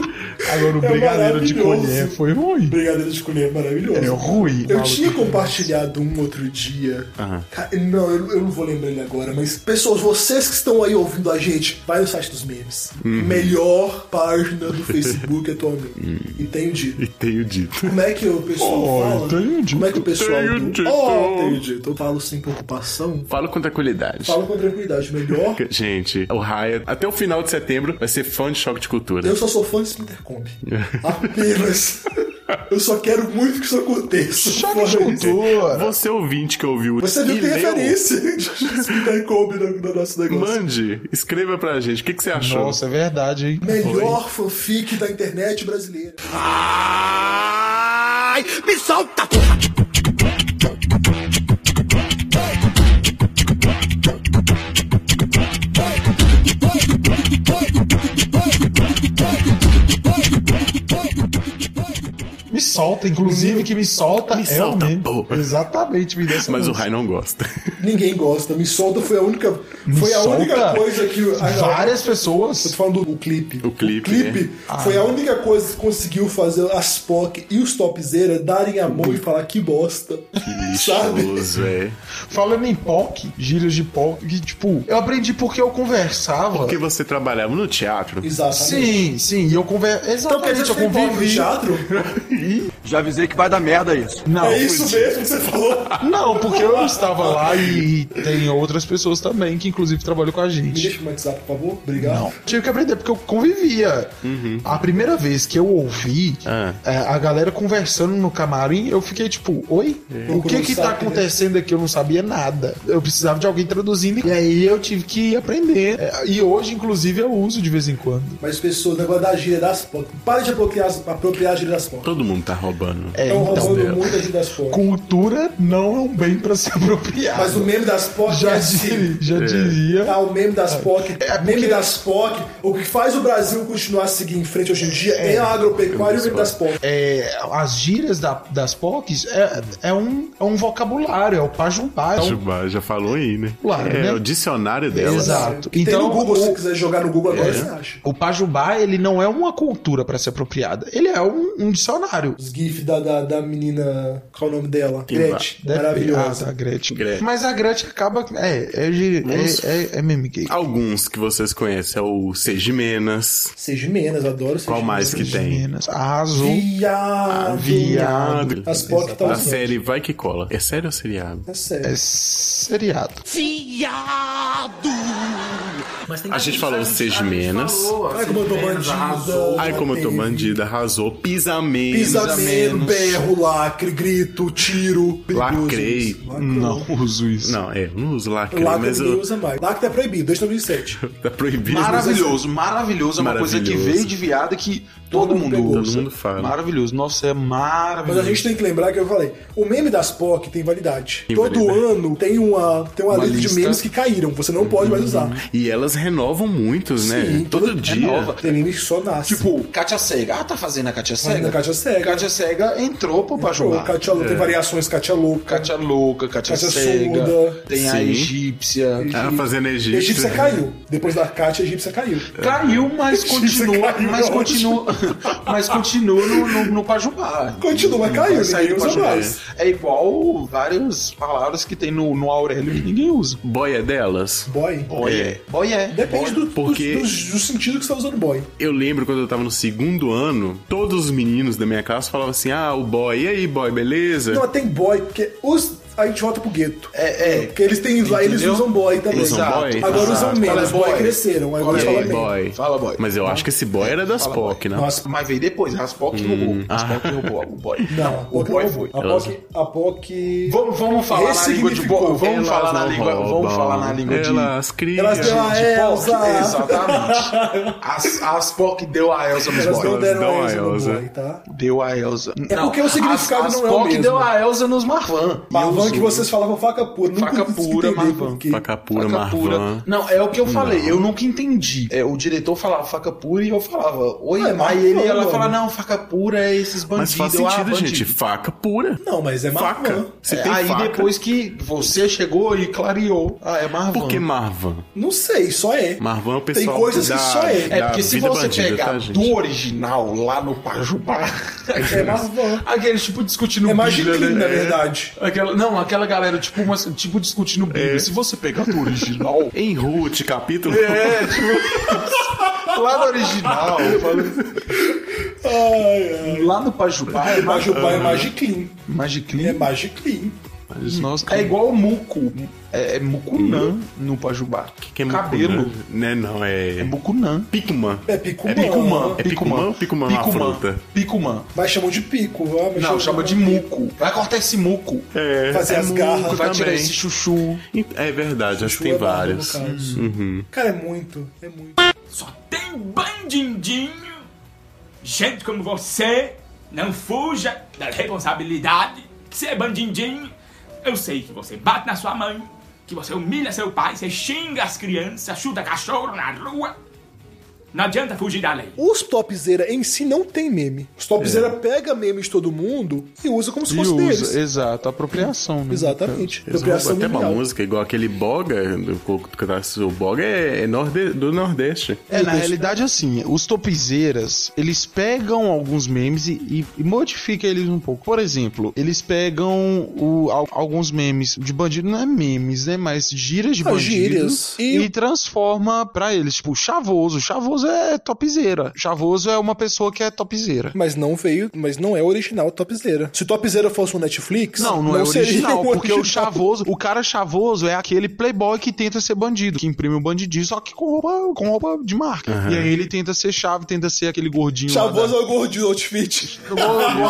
Agora o É brigadeiro de maravilhoso. colher foi ruim. Brigadeiro de colher maravilhoso. É ruim. Eu maluco. tinha compartilhado um outro dia. Ca- Não, eu, eu não vou lembrar ele agora, mas pessoas, vocês que estão aí ouvindo a gente, vai no site dos memes. Uhum. Melhor página do Facebook atualmente. Entendi. E tenho dito. Como é que o pessoal Oh, fala? entendi. Como é que o pessoal. Tenho dito. Oh, tenho dito. Eu falo sem preocupação. Falo com tranquilidade. Falo com tranquilidade. Melhor. é Gente, o Raya, até o final de setembro, vai ser fã de choque de cultura. Eu só sou fã de Splinter *laughs* Kombi. Apenas. Eu só quero muito que isso aconteça. Choque de Fora isso. cultura. Você ouvinte que ouviu Você viu e que tem leu, referência de Splinter Kombi no, no nosso negócio. Mande, escreva pra gente. O que, que você achou? Nossa, é verdade, hein? Melhor fanfic da internet brasileira. Ai, me solta, porra! Me solta, inclusive, que me solta. Me é solta, o meme. pô. Exatamente, me dessa Mas o Rai não gosta. Ninguém gosta. Me solta foi a única. foi a solta? única coisa que. Ah, não. Várias Eu tô pessoas. Ah. falando do clipe. O clipe, né? foi a única coisa que conseguiu fazer as POC e os topzera darem a mão e falar que bosta. *laughs* *laughs* Sabe? Lixoso, é. Falando em POC, gírias de POC, que, tipo, eu aprendi porque eu conversava. Porque você trabalhava no teatro. Exatamente. Sim, sim, e eu conversava. Então quer Exatamente, dizer que eu você tem POC no convivi. teatro? Já avisei que vai dar merda isso. Não, É isso mesmo que você falou? não, porque eu estava lá e tem outras pessoas também que, inclusive, trabalham com a Me gente. deixa o WhatsApp, por favor. Obrigado. Não. Tive que aprender porque eu convivia. Uhum. A primeira vez que eu ouvi Ah. é, a galera conversando no camarim, eu fiquei tipo, oi? O que que tá Sabe, né? acontecendo aqui? Eu não sabia nada. Eu precisava de alguém traduzindo. E aí eu tive que aprender. É, E hoje, inclusive, eu uso de vez em quando. Mas pessoas, o negócio da gíria das POC. Para de apropriar, apropriar a gíria das POC. Todo mundo mundo tá roubando. É, Estão então roubando muito aqui das coisas. Cultura não é um bem pra se *laughs* apropriar. Mas o meme das POC já, é diri- assim. já É. diria. Tá, o meme das POC. Meme das POC. O que faz o Brasil continuar a seguir em frente hoje em dia é, a agropecuária e o meme das POC. é, as gírias da- das POCs é, é um, é um vocabulário, é o pajubá. é então- um- Juba, já falou aí, né? Claro, é, né? é o dicionário dela. Exato. Então, Tem no Google, se o- você quiser jogar no Google É. agora, você acha. O Pajubá, ele não é uma cultura pra ser apropriada. Ele é um, um dicionário. Os GIFs da, da, da menina. Qual é o nome dela? Tem va- Gretchen. Deve- Maravilhosa. Ah, tá, Gretchen. Gretchen. Mas a Gretchen acaba. É, é, gi- Vamos- é, é, é meme gay. Alguns que vocês conhecem é o Sejimenas. Seja Menas, adoro Seja Qual mais que tem? Ah, Meninas. Arrasou. Viado. Viado. As POC assim. estão A Ah, série Vai Que Cola. É sério ou seriado? É sério. É seriado. A gente falou Sejimenas. Ai, como eu tô bandido. Ai, como eu tô bandida, arrasou. Pisa menos. Pisamento, berro, lacre, grito, tiro. perigoso. Lacrei. Lacrou. Não uso isso. Não, é, eu não uso lacre, Lacre mas ninguém eu, usa mais. Lacre é proibido, desde 2007. *laughs* tá proibido. Maravilhoso, maravilhoso. É uma coisa que Maravilhoso. veio de viada que todo mundo pegou. usa. Todo mundo fala. Maravilhoso. Nossa, é Mas a maravilhoso. gente tem que lembrar que eu falei, o meme das POC tem validade. Tem Todo validade. ano tem uma, tem uma, Uma lista, lista. de memes que caíram, você não pode mais usar. E elas renovam muitos, né? Sim, é Todo dia. renova. Tem meme que só nasce. É, Tipo, Katia Cega. Ah, tá fazendo a Katia Fazendo Cega? a Kátia Sega. Katia Cega entrou pro Pajubá. Pô, Katia Louca, tem variações Katia Louca. Katia Louca, Katia Kátia Cega. Surda. Tem a Sim. egípcia. Ela fazendo É. egípcia. Egípcia caiu. Depois da Katia, a Egípcia caiu. Caiu, mas continua. caiu mas aonde? continua. *laughs* mas continua no, no, no Pajubá. Continua, mas Não caiu, vai sair ninguém do usa Pajubá. mais. É igual várias palavras que tem no, no Aurélio que ninguém usa. Boia é delas. É. Boy. Boia. Boia. Depende do, Porque- do, do- do sentido que você tá usando boy. Eu lembro quando eu tava no segundo ano, todos os meninos da minha classe falavam assim: ah, o boy, e aí, boy, beleza? Não, mas tem boy, porque os. A gente volta pro gueto. É, é. Porque eles têm lá, eles Entendeu? usam boy também. Usam Exato. boy? Agora usam Exato. menos, Fala, boy boy. cresceram. Agora E fala aí, menos. boy. Fala, boy. Mas eu acho que esse boy era das POC, né? não? Nossa, Mas veio depois, Raspok roubou. Hum. Raspok roubou o boy. Não, o boy não. foi. A Elas- POC. A POC. Vamos, vamos falar na língua de Ressignificou. boy. Vamos Elas falar na não língua. Vamos roubam, falar na língua de. Elas criam. Elas é, dão a de POC. Elsa. Exatamente. *laughs* As, as POC deu a Elsa nos Elas não boys. deram dão a a Elsa no Elsa. boy, tá? Deu a Elsa. É porque o significado as, não as é o POC mesmo. deu a Elsa nos Marvan. Marvan Eu que uso. vocês falavam faca pura. Nunca Faca consegui pura, entender Marvan. por quê. Faca pura, Faca Marvan. Não, é o que eu falei. Eu nunca entendi. É, o diretor falava faca pura e eu falava, oi, Ah, é aí ele Marvan, ela mano. fala, não, faca pura é esses bandidos. Mas faz Eu, ah, sentido, bandido. gente. Faca pura. Não, mas é Marvan. Faca. Se É, tem aí faca. depois que você chegou e clareou. Ah, é Marvan. Por que Marvan? Não sei, só é. Marvan é o Tem pessoal coisas da, que só é. É da porque se vida você bandida, pegar tá, gente? do original lá no Pajubá, *laughs* É Marvan. aqueles tipo discutindo É Bíblia, Magiclin, né? na verdade. Aquela, não, aquela galera tipo, umas- tipo discutindo É. Bíblia. Se você pegar do *laughs* original, Em Ruth, capítulo... É, tipo. lá no original. eu assim, falo, É. Ai, *laughs* ai. Lá no Pajubá é Majubá é Magiclin. Magiclin. É Magiclin. Nossa, é igual o muco. É, é mucunã no Pajubá. Que é Cabelo. mucunã, Né, não, é... É mucunã. Picumã. É Picumã. É Picumã. É Picumã. Picumã? Picumã é uma fruta. Picumã. Mas chamam de pico. Ah, mas Não, chama de muco. Vai cortar esse muco. É, Fazer é as muco garras. Vai tirar também. esse chuchu. É verdade, acho que É tem barba, várias. no Uhum. caso. Cara, é muito. É muito. Só tem bandidinho. Gente como você, não fuja da responsabilidade. Que você é bandidinho. Eu sei que você bate na sua mãe, que você humilha seu pai, você xinga as crianças, chuta cachorro na rua. Não adianta fugir da lei. Os topzera em si não tem meme. Os topzera pega meme de todo mundo e usa como se fosse deles. exato, apropriação. Né? Exatamente. Eles roubam Apropriação até uma mundial. música, igual aquele boga, do- o boga é, é norde- do Nordeste. É, na realidade, assim, os topizeiras, eles pegam alguns memes e, e- e modificam eles um pouco. Por exemplo, eles pegam o- al- alguns memes de bandido, não é memes, né? Mas gírias de Ah, bandido. gírias. E... E- transforma pra eles. Tipo, chavoso. Chavoso é topzeira. Chavoso é uma pessoa que é topzeira. Mas não veio, mas não é original topzera. Se topzera fosse um Netflix, Não, não, é seria original, um porque original. o *laughs* chavoso, o cara chavoso é aquele playboy que tenta ser bandido, que imprime o bandidismo, só que com roupa, com roupa de marca. E aí ele tenta ser chave, tenta ser aquele gordinho lá da- Chavoso é o gordinho outfit. um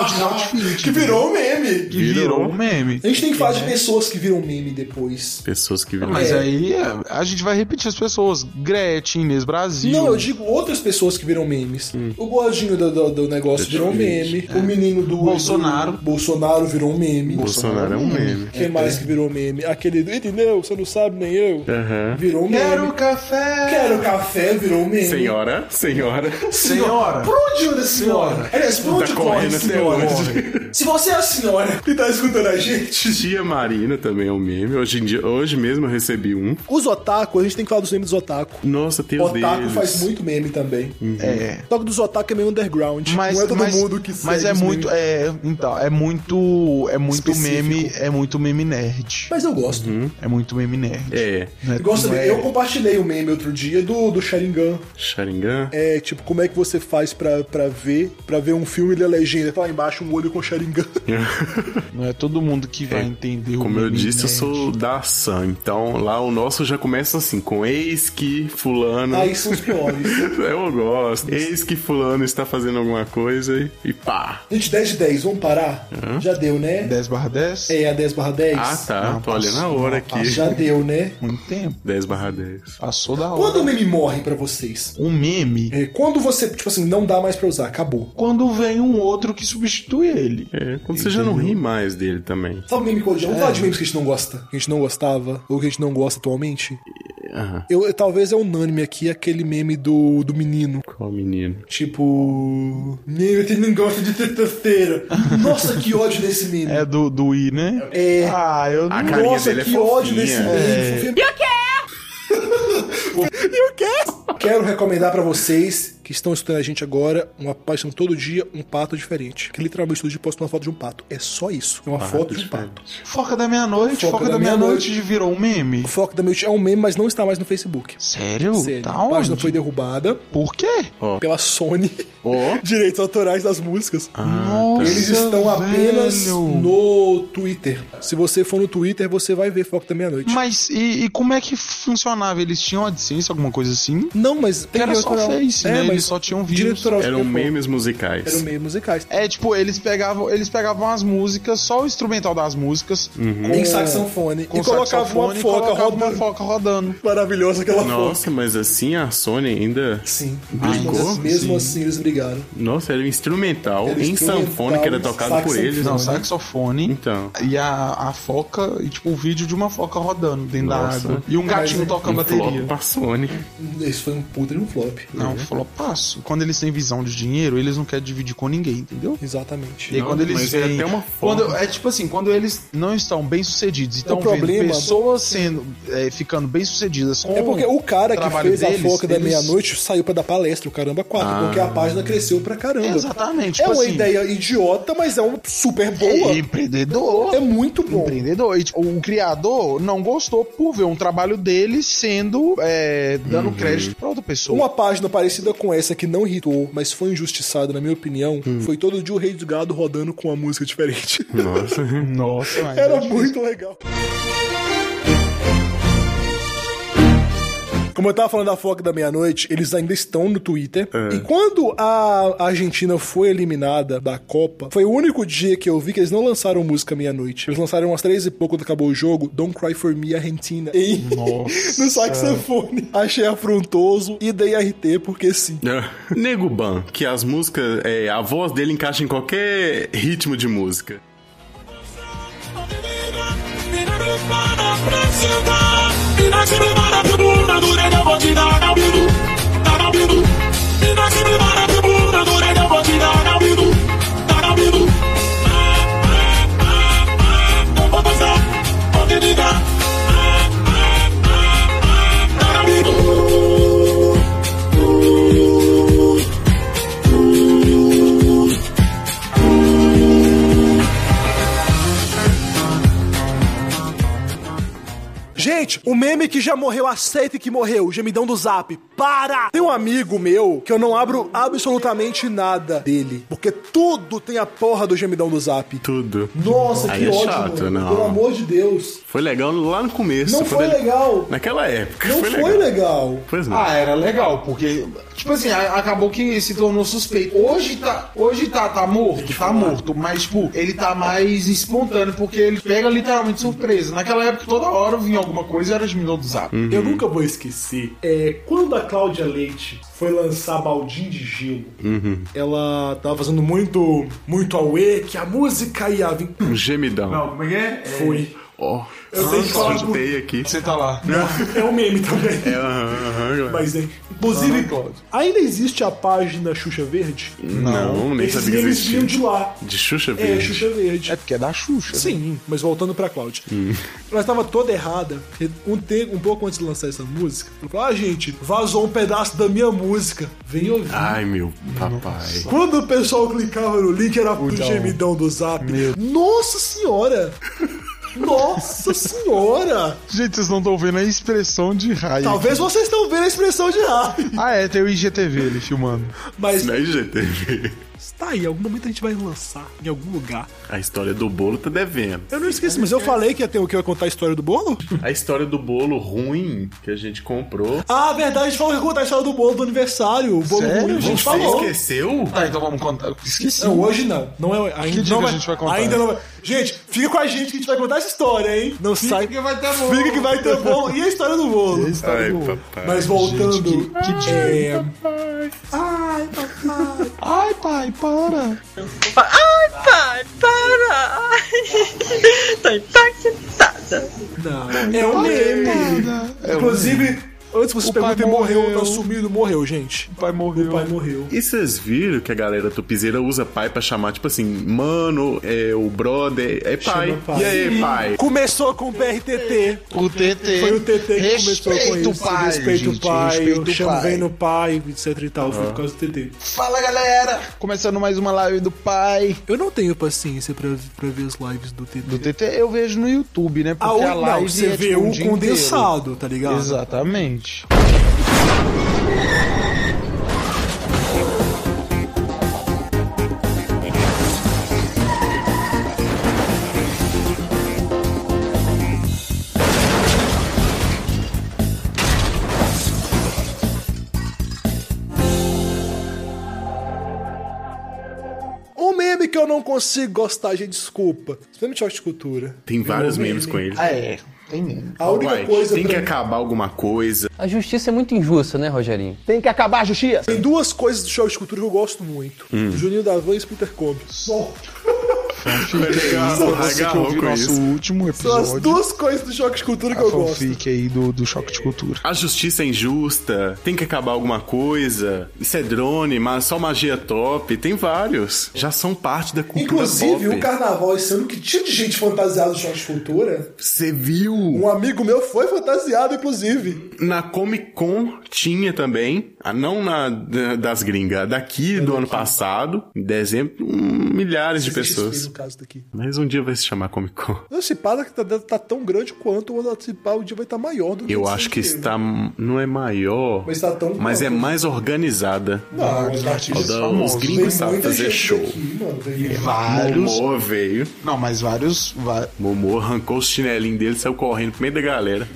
que virou um meme. que virou um meme. A gente tem que falar de pessoas que viram meme depois. Pessoas que viram. É. Mas É. aí é, a gente vai repetir as pessoas. Gretchen, Inês Brasil. Não, eu digo de outras pessoas que viram memes. Hum. O Boladinho do, do- do negócio virou um meme. É. O menino do. Bolsonaro. Bolsonaro virou um meme. Bolsonaro é um meme. Quem mais que virou meme? Aquele do Irineu, você não sabe nem eu. Aham. Virou um meme. Quero café! Quero café, virou um meme. Senhora, senhora. Senhora. Por onde anda a senhora? Aliás, por onde Tá corre a correndo até senhora? hoje. *laughs* Se você é a senhora que tá escutando a gente. Tia Marina também é um meme. Hoje, em dia, hoje mesmo eu recebi um. Os otaku, a gente tem que falar dos memes dos otaku. Nossa, tem os Otaku deles. faz muito meme também. É. Só que dos otaku é meio underground. Mas, não é todo mas, mundo que mas segue é os muito, memes. é, então, é muito, é muito Específico. meme, é muito meme nerd. Mas eu gosto. É muito meme nerd. É. Não é- Eu, gosto não de- é- eu compartilhei um meme outro dia do, do Sharingan. Sharingan. É, tipo, como é que você faz pra, pra ver pra ver um filme da legenda? Tá lá embaixo um olho com Sharingan. não é todo mundo que vai entender o Como eu meme né? disse, eu nerd. sou da ação. Então, lá o nosso já começa assim, com eis que fulano... Aí são os piores. *laughs* Eu gosto. Eis que fulano está fazendo alguma coisa e, e pá. Gente, 10 de 10, vamos parar? Já deu, né? 10 barra 10? É a 10 barra 10? Ah, tá. Tô olhando a hora aqui. Já deu, né? *laughs* Muito tempo. 10 barra 10. Passou da hora. Quando o meme morre pra vocês? Um meme, É, quando você, tipo assim, não dá mais pra usar, acabou. quando vem um outro que substitui ele. É, quando você já não ri mais dele também. Sabe o meme que eu odiava? Vamos falar de memes que a gente não gosta. Que a gente não gostava, ou que a gente não gosta atualmente? Aham. Eu, eu- talvez é unânime aqui aquele meme do, do menino. Qual menino? Tipo. Meu, que não gosta de terça-feira. Nossa, que ódio desse meme. É do, do I, né? É. Ah, eu não... A carinha Nossa, dele é que fofinha. ódio desse meme. E o quê? e o quê? Quero recomendar pra vocês que estão escutando a gente agora uma página todo dia, um pato diferente. Que literalmente todo dia posta uma foto de um pato. É só isso. É uma foto de um pato. Foca da meia-noite, Foca foca, da da, meia-noite. meia-noite virou um meme. O foco da Milt é um meme, mas não está mais no Facebook. Sério? Sério, Tá a página onde? foi derrubada Por quê? pela Sony. *laughs* Direitos autorais das músicas. Nossa, Ah, tá. Eles estão apenas velho. no Twitter. Se você for no Twitter, você vai ver Foco da Meia-Noite. Mas e, e como é que funcionava? Eles tinham AdSense, alguma coisa assim? Não, mas É, tem Era direito só autoral. Face, né? Eles só tinham vírus. direito autoral, Eram tipo, memes musicais. Eram memes musicais. É, tipo, eles pegavam, eles pegavam as músicas, só o instrumental das músicas, com, Em saxofone. com Hum. e colocava uma saxofone, e foca colocava uma rodando. foca rodando. Maravilhosa aquela foca. Nossa, mas assim a Sony ainda. Sim. Brigou? Mas mesmo assim, eles brigaram. Nossa, era um instrumental Era em instrumental, sanfona que era tocado por saxofone. eles. Não, Não, né? saxofone. Então. E a, a foca, e tipo, o vídeo de uma foca rodando dentro Nossa. da água. E um gatinho Mas, tocando Um bateria. flop pra Sony. *laughs* Isso foi um puta e um flop. Não, falou, passo. Quando eles têm visão de dinheiro, eles não querem dividir com ninguém, entendeu? E Exatamente. aí, Não, quando eles mas é veem. até uma forma. quando, é tipo assim, quando eles não estão bem sucedidos e estão problema- vendo pessoas sendo, é, ficando bem sucedidas com É porque o cara que trabalho fez deles, a foca da eles- Ah. meia-noite saiu pra dar palestra, o caramba, quatro, porque a página cresceu pra caramba. Exatamente, É tipo uma assim- ideia idiota, mas é uma super boa. É empreendedor. É muito bom. Empreendedor. E, tipo, o criador não gostou por ver um trabalho dele sendo. é, dando crédito pra outra pessoa. Uma página parecida com essa que não irritou, mas foi injustiçada, na minha opinião, Hum. foi todo dia o Rei do Gado rodando com uma música diferente. Nossa. *laughs* Nossa, mas Era é difícil. muito legal. Como eu tava falando da Foca da Meia-Noite, eles ainda estão no Twitter. E quando a Argentina foi eliminada da Copa, foi o único dia que eu vi que eles não lançaram música meia-noite. Eles lançaram umas três e pouco quando acabou o jogo, Don't Cry For Me Argentina. Em, *laughs* no saxofone. Achei afrontoso e dei RT porque sim. Nego Ban, que as músicas, é, a voz dele encaixa em qualquer ritmo de música. Gente, o meme que já morreu, aceita que morreu, o gemidão do zap. Para! Tem um amigo meu que eu não abro absolutamente nada dele. Porque tudo tem a porra do gemidão do zap. Tudo. Nossa, Aí que é ótimo. chato, não. Pelo amor de Deus. Foi legal lá no começo. Não quando foi ele- legal. Naquela época. Não foi legal. Pois não. Ah, era legal, porque. Tipo assim, a- acabou que se tornou suspeito. Hoje tá. Hoje tá, tá morto, tá morto. Mas, tipo, ele tá mais espontâneo, porque ele pega literalmente surpresa. Naquela época, toda hora vinha alguma coisa era os meninos do zap. Eu nunca vou esquecer. É, quando a Cláudia Leite foi lançar Baldinho de Gelo, Uhum. ela tava fazendo muito, muito auê, que a música ia vir. Um gemidão. Não, como é que é? Foi. Ó, Eu tenho que falar chutei aqui. Você tá lá. É um meme também. né? É, aham, aham, claro. Mas, é, inclusive, ainda existe a página Xuxa Verde? Não, nem Esses sabia que memes vinham existia. de lá. De Xuxa É, Verde. Xuxa Verde. É porque é da Xuxa. né? Sim, mas voltando pra Cláudia. Ela estava toda errada. porque Um, te- um pouco antes de lançar essa música, ela falou: Ah, gente, vazou um pedaço da minha música. Vem ouvir. Ai, meu papai. Quando o pessoal clicava no link, era o gemidão do zap. Nossa senhora! Nossa senhora! Gente, vocês não estão vendo a expressão de raiva. Talvez vocês estão vendo a expressão de raiva. Ah, é, tem o IGTV ele filmando. Mas Na IGTV. tá aí, em algum momento a gente vai lançar em algum lugar. né? A história do bolo tá devendo. Eu não esqueci, mas eu falei que ia ter o que eu ia contar a história do bolo? A história do bolo ruim que a gente comprou. Ah, verdade, a gente falou que ia contar a história do bolo do aniversário. O bolo Sério? ruim, a gente Você falou. esqueceu? Tá, então vamos contar. Esqueci. Não, hoje não. Não é ainda. dia não que a gente vai contar? Ainda não vai. Gente, fica com a gente que a gente vai contar essa história, hein? Não fica sai. que vai ter bolo. Fica que vai ter bolo. E a história do bolo. Ai, papai. Mas voltando. é... Ai, pai, para. Ai, pai, para! Ai, Tô impactada. Não, é um É meme. Inclusive, antes que vocês O pai perguntem, morreu, morreu. tá sumido, morreu, gente. O pai morreu. O pai morreu. E vocês viram que a galera tupizeira usa pai pra chamar, tipo assim, mano, é o brother, é pai. Chama pai. E aí, pai? Começou com o PRTT. O TT. Foi o TT que começou com isso. Respeita o pai, respeito gente, o pai, respeita o eu chamo pai. vem no pai, etc e tal. Foi por causa do TT. Fala, galera. Começando mais uma live do pai. Eu não tenho paciência pra, pra ver as lives do TT. Do TT eu vejo no YouTube, né? Ah, Porque a, não, live você é, vê tipo, um o dia condensado, inteiro. tá ligado? Exatamente. Um meme que eu não consigo gostar, gente, desculpa. Especialmente Choque de Cultura. Tem vários memes com ele. Ah, é. Tem mesmo. A única Uai, coisa tem pra que mim- acabar alguma coisa. A justiça é muito injusta, né, Rogerinho? Tem que acabar a justiça. Tem duas coisas do Choque de Cultura que eu gosto muito. Hum. Juninho da Van e Splinter Combi. Só. Fica aí pra você que ouviu com nosso isso. último São as episódio. duas coisas do Choque de Cultura que A eu gosto. fanfic aí do, do Choque de Cultura. A justiça é injusta, tem que acabar alguma coisa. Isso é drone, mas só magia top. Tem vários. Já são parte da cultura Inclusive, pop. o carnaval esse ano que tinha de gente fantasiada do Choque de Cultura. Você viu? Um amigo meu foi fantasiado, inclusive. Na Comic Con tinha também, ah, não na da- das gringas, a É daqui do ano passado, em dezembro, hum, milhares de Existe esse pessoas. No caso daqui. Mas um dia vai se chamar Comic Con. Não, se para que tá, tá tão grande quanto o outro, se pá, o dia vai estar maior do que Eu esse acho que inteiro. está. Não é maior, Mas tá tão mas é grande. mais organizada. Não, é os artistas Aldão, os gringos sabem fazer show. mano, vem- Vários. Momô veio. Não, mas vários. va- Momô arrancou os chinelinhos dele, saiu correndo pro meio da galera.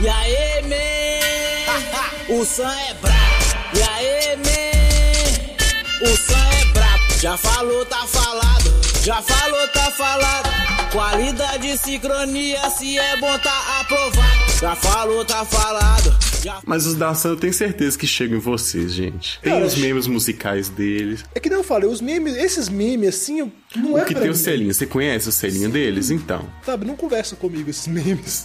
E aí, man? O Sam é brabo. E aí, man? O Sam é brabo. Já falou, tá falado. Já falou, tá falado. Qualidade, sincronia, se é bom, tá aprovado. Já falou, tá falado. Já Mas os da Sam eu tenho certeza que chegam em vocês, gente. Tem Cara, os membros musicais deles. É que nem eu falei, os memes, esses memes assim, eu- não é o que pra tem o mim, selinho? Você conhece o selinho deles? Então. Sabe, não conversa comigo esses *laughs* memes.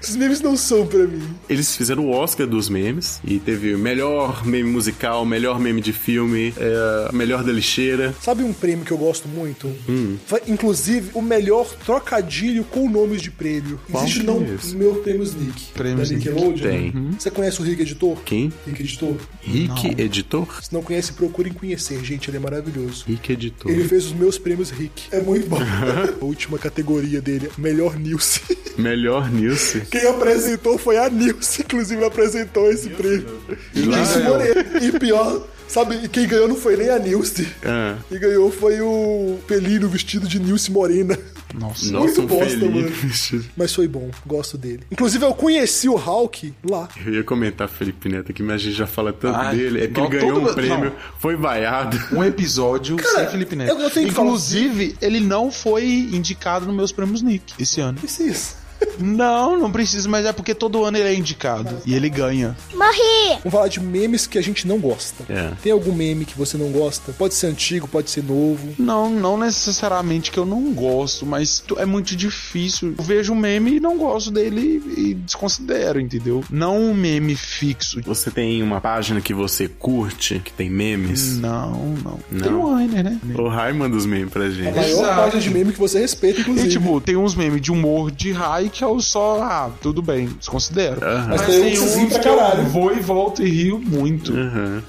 esses memes não são pra mim. Eles fizeram o Oscar dos memes e teve o melhor meme musical, melhor meme de filme, é, melhor da lixeira. Sabe um prêmio que eu gosto muito? Hum. Vai- Inclusive, o melhor trocadilho com nomes de prêmio. Qual Existe que não é esse? meu prêmios Nick. Prêmios da Nick. Nickelodeon. né? Tem. Você conhece o Rick Editor? Quem? Rick Editor? Rick Editor? Se não conhece, procurem conhecer, gente. Ele é maravilhoso. Rick Editor. Uhum. Ele fez os meus prêmios Rick. É muito bom. *laughs* a última categoria dele, melhor Nilce. *laughs* Melhor nisso. *laughs* Quem apresentou foi a Nilce, inclusive apresentou esse prêmio. né? E Nilce Moreira. E pior, sabe, quem ganhou não foi nem a Nilce. Ah. Quem ganhou foi o Pelino vestido de Nilce Morena. Nossa. Nossa, um bosta, Felipe. *laughs* Mas foi bom, gosto dele. Inclusive, eu conheci o Hulk lá. Eu ia comentar Felipe Neto aqui, mas a gente já fala tanto Ai, dele. É que ele não, ganhou todo- um prêmio, foi vaiado. *laughs* Um episódio Cara, sem Felipe Neto. eu- eu tenho que Inclusive, ele não foi indicado nos meus prêmios Nick esse ano. Isso, isso. Não, não precisa, mas é porque todo ano ele é indicado. E ele ganha. Morri! Vamos falar de memes que a gente não gosta. É. Tem algum meme que você não gosta? Pode ser antigo, pode ser novo. Não, não necessariamente que eu não gosto, mas tu- é muito difícil. Eu vejo um meme e não gosto dele e desconsidero, entendeu? Não um meme fixo. Você tem uma página que você curte, que tem memes? Não, não. Tem Não. o Rainer, né? O Rai manda os memes pra gente. A maior Exato. página de meme que você respeita, inclusive. E, tipo, tem uns memes de humor de high que eu só, ah, tudo bem, desconsidero. Mas tem uns que sim pra caralho. eu vou e volto e rio muito.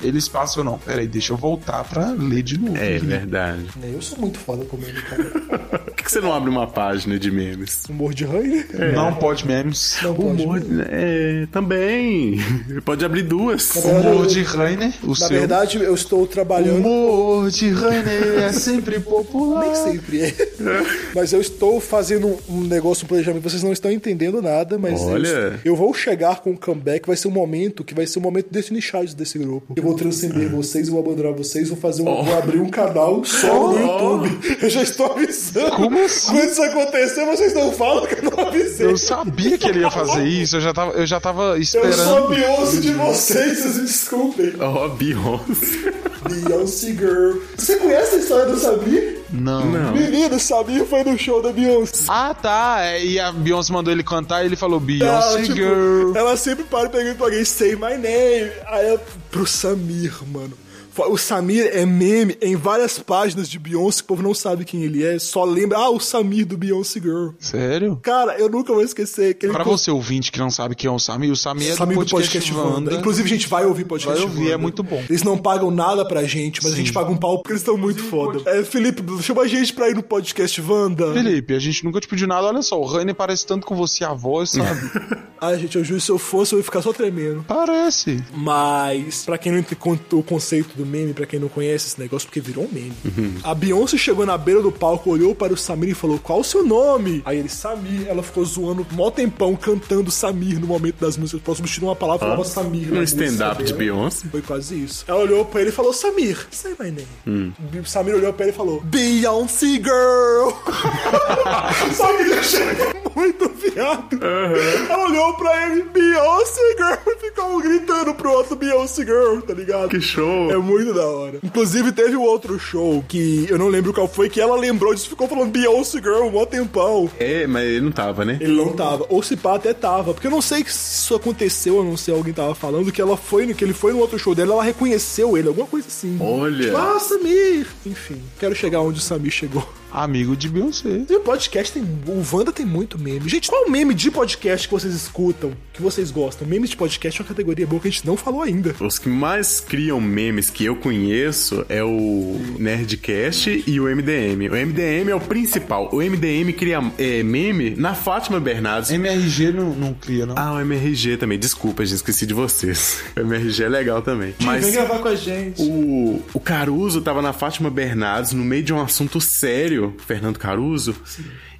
Eles passam, não, peraí, deixa eu voltar pra ler de novo. É verdade. Eu sou muito foda com meme, cara. Por que que você não abre uma página de memes? *laughs* Humor de raio, né? Não É. pode memes. Não pode Humor, é, também. *laughs* Pode abrir duas. Na verdade, Humor eu- de Rainer, Na verdade, eu estou trabalhando. Humor de Rainer é sempre popular. Nem *laughs* sempre é. Mas eu estou fazendo um- um negócio, um planejamento. Vocês não estão entendendo nada, mas eu- Olha. eu vou chegar com um comeback. Vai ser um momento que vai ser um momento deslixado desse grupo. Eu vou transcender vocês, eu vou abandonar vocês, vou fazer um, Oh. vou abrir um canal só no YouTube. Eu já estou avisando. Como assim? Quando isso acontecer, vocês não falam que eu não avisei. Eu sabia que ele ia fazer isso, eu já tava, eu já tava Eu esperando. sou Beyoncé de vocês, vocês me desculpem. Ó, Beyoncé. Beyoncé Girl. Você conhece a história do Sabir? Não. Menino, Sabir foi no show da Beyoncé. Ah, tá. é, E a Beyoncé mandou ele cantar e ele falou Beyoncé Ela, tipo, Girl. ela sempre para e pergunta pra alguém, say my name. Aí ela, pro Samir, mano. O Samir é meme em várias páginas de Beyoncé, o povo não sabe quem ele é, só lembra, ah, o Samir do Beyoncé Girl. Sério? Cara, eu nunca vou esquecer. Que ele Pra você ouvinte que não sabe quem é o Sami, o Sami é Samir do podcast, Wanda. Inclusive, a gente vai ouvir podcast Vai ouvir, Wanda. é muito bom. Eles não pagam nada pra gente, mas a gente paga um pau porque eles estão muito foda. É, Felipe, chama a gente pra ir no podcast Wanda. Felipe, a gente nunca te pediu nada. Olha só, o Rainer parece tanto com você, a voz, *laughs* sabe? Ai, gente, eu juro, se eu fosse, eu ia ficar só tremendo. Parece. Mas, pra quem não entende con- o conceito do meme, pra quem não conhece esse negócio, porque virou um meme. Uhum. A Beyoncé chegou na beira do palco, olhou para o Samir e falou: Qual o seu nome? Aí ele, Samir. Ela ficou zoando mó tempão cantando Samir no momento das músicas. Posso substituir uma palavra e falava Samir. né? na Um música stand-up de dela. Beyoncé. Foi quase isso. Ela olhou pra ele e falou: Samir, say my name. Hum. O Samir olhou pra ele e falou: Beyoncé *laughs* Girl! Samir chegou muito viado. Ela olhou pra ele, Beyoncé Girl, e ficou gritando pro outro Beyoncé Girl, tá ligado? Que show! É muito da hora. Inclusive, teve um outro show que eu não lembro qual foi, que ela lembrou disso e ficou falando Beyoncé Girl um mó tempão. É, mas ele não tava, né? Ele não tava. Ou se pá, até tava. Porque eu não sei se isso aconteceu, eu não sei, alguém tava falando que ela foi, no- que ele foi no outro show dela, ela reconheceu ele, alguma coisa assim. Olha. Tipo, ah, Samir! Enfim, quero chegar onde o Samir chegou. Amigo de Beyoncé. E o podcast tem. O Wanda tem muito meme. Gente, qual meme de podcast que vocês escutam, que vocês gostam? Memes de podcast é uma categoria boa que a gente não falou ainda. Os que mais criam memes que eu conheço é o Nerdcast e o MDM. O MDM é o principal. O MDM cria é, meme na Fátima Bernardes. MRG não, não cria, não. Ah, o MRG também. Desculpa, gente, esqueci de vocês. *laughs* O MRG é legal também. Vem Mas gravar com a gente. o, o Caruso tava na Fátima Bernardes no meio de um assunto sério. Fernando Caruso.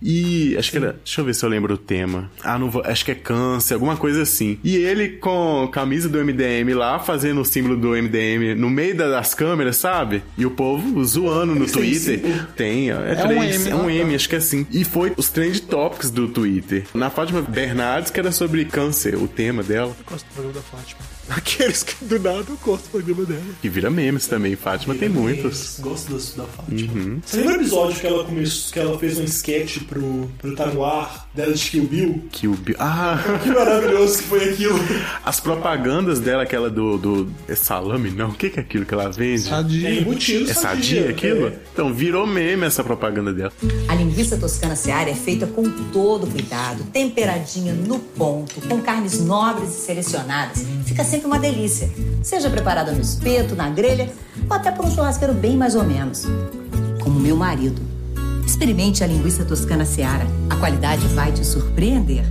E acho que era. Deixa eu ver se eu lembro o tema. Ah, não vou. Acho que é câncer, alguma coisa assim. E ele com camisa do MDM lá, fazendo o símbolo do MDM no meio da- das câmeras, sabe? E o povo zoando no têm Twitter. símbolo? Tem, ó. É, É um três, M, é um né? M, acho que é assim. E foi os trend topics do Twitter. Na Fátima Bernardes, que era sobre câncer, o tema dela. Eu gosto do programa da Fátima. *laughs* Aqueles que do nada eu gosto do programa dela. Que vira memes também, Fátima tem muitos. Gosto da, da Fátima. Uhum. Você lembra o episódio que ela, começou, que ela fez um sketch pro, pro Taguar dela de Kill Bill? Que o Bi- Ah, Que maravilhoso que foi aquilo. as propagandas dela, aquela do. do... É salame, não? O que, que é aquilo que ela vende? É embutido, É sadia aquilo? Então virou meme essa propaganda dela. A linguiça toscana seara é feita com todo cuidado, temperadinha no ponto, com carnes nobres e selecionadas. Fica sempre uma delícia. Seja preparada no espeto, na grelha ou até por um churrasqueiro bem mais ou menos. Como meu marido. Experimente a linguiça toscana seara. A qualidade vai te surpreender.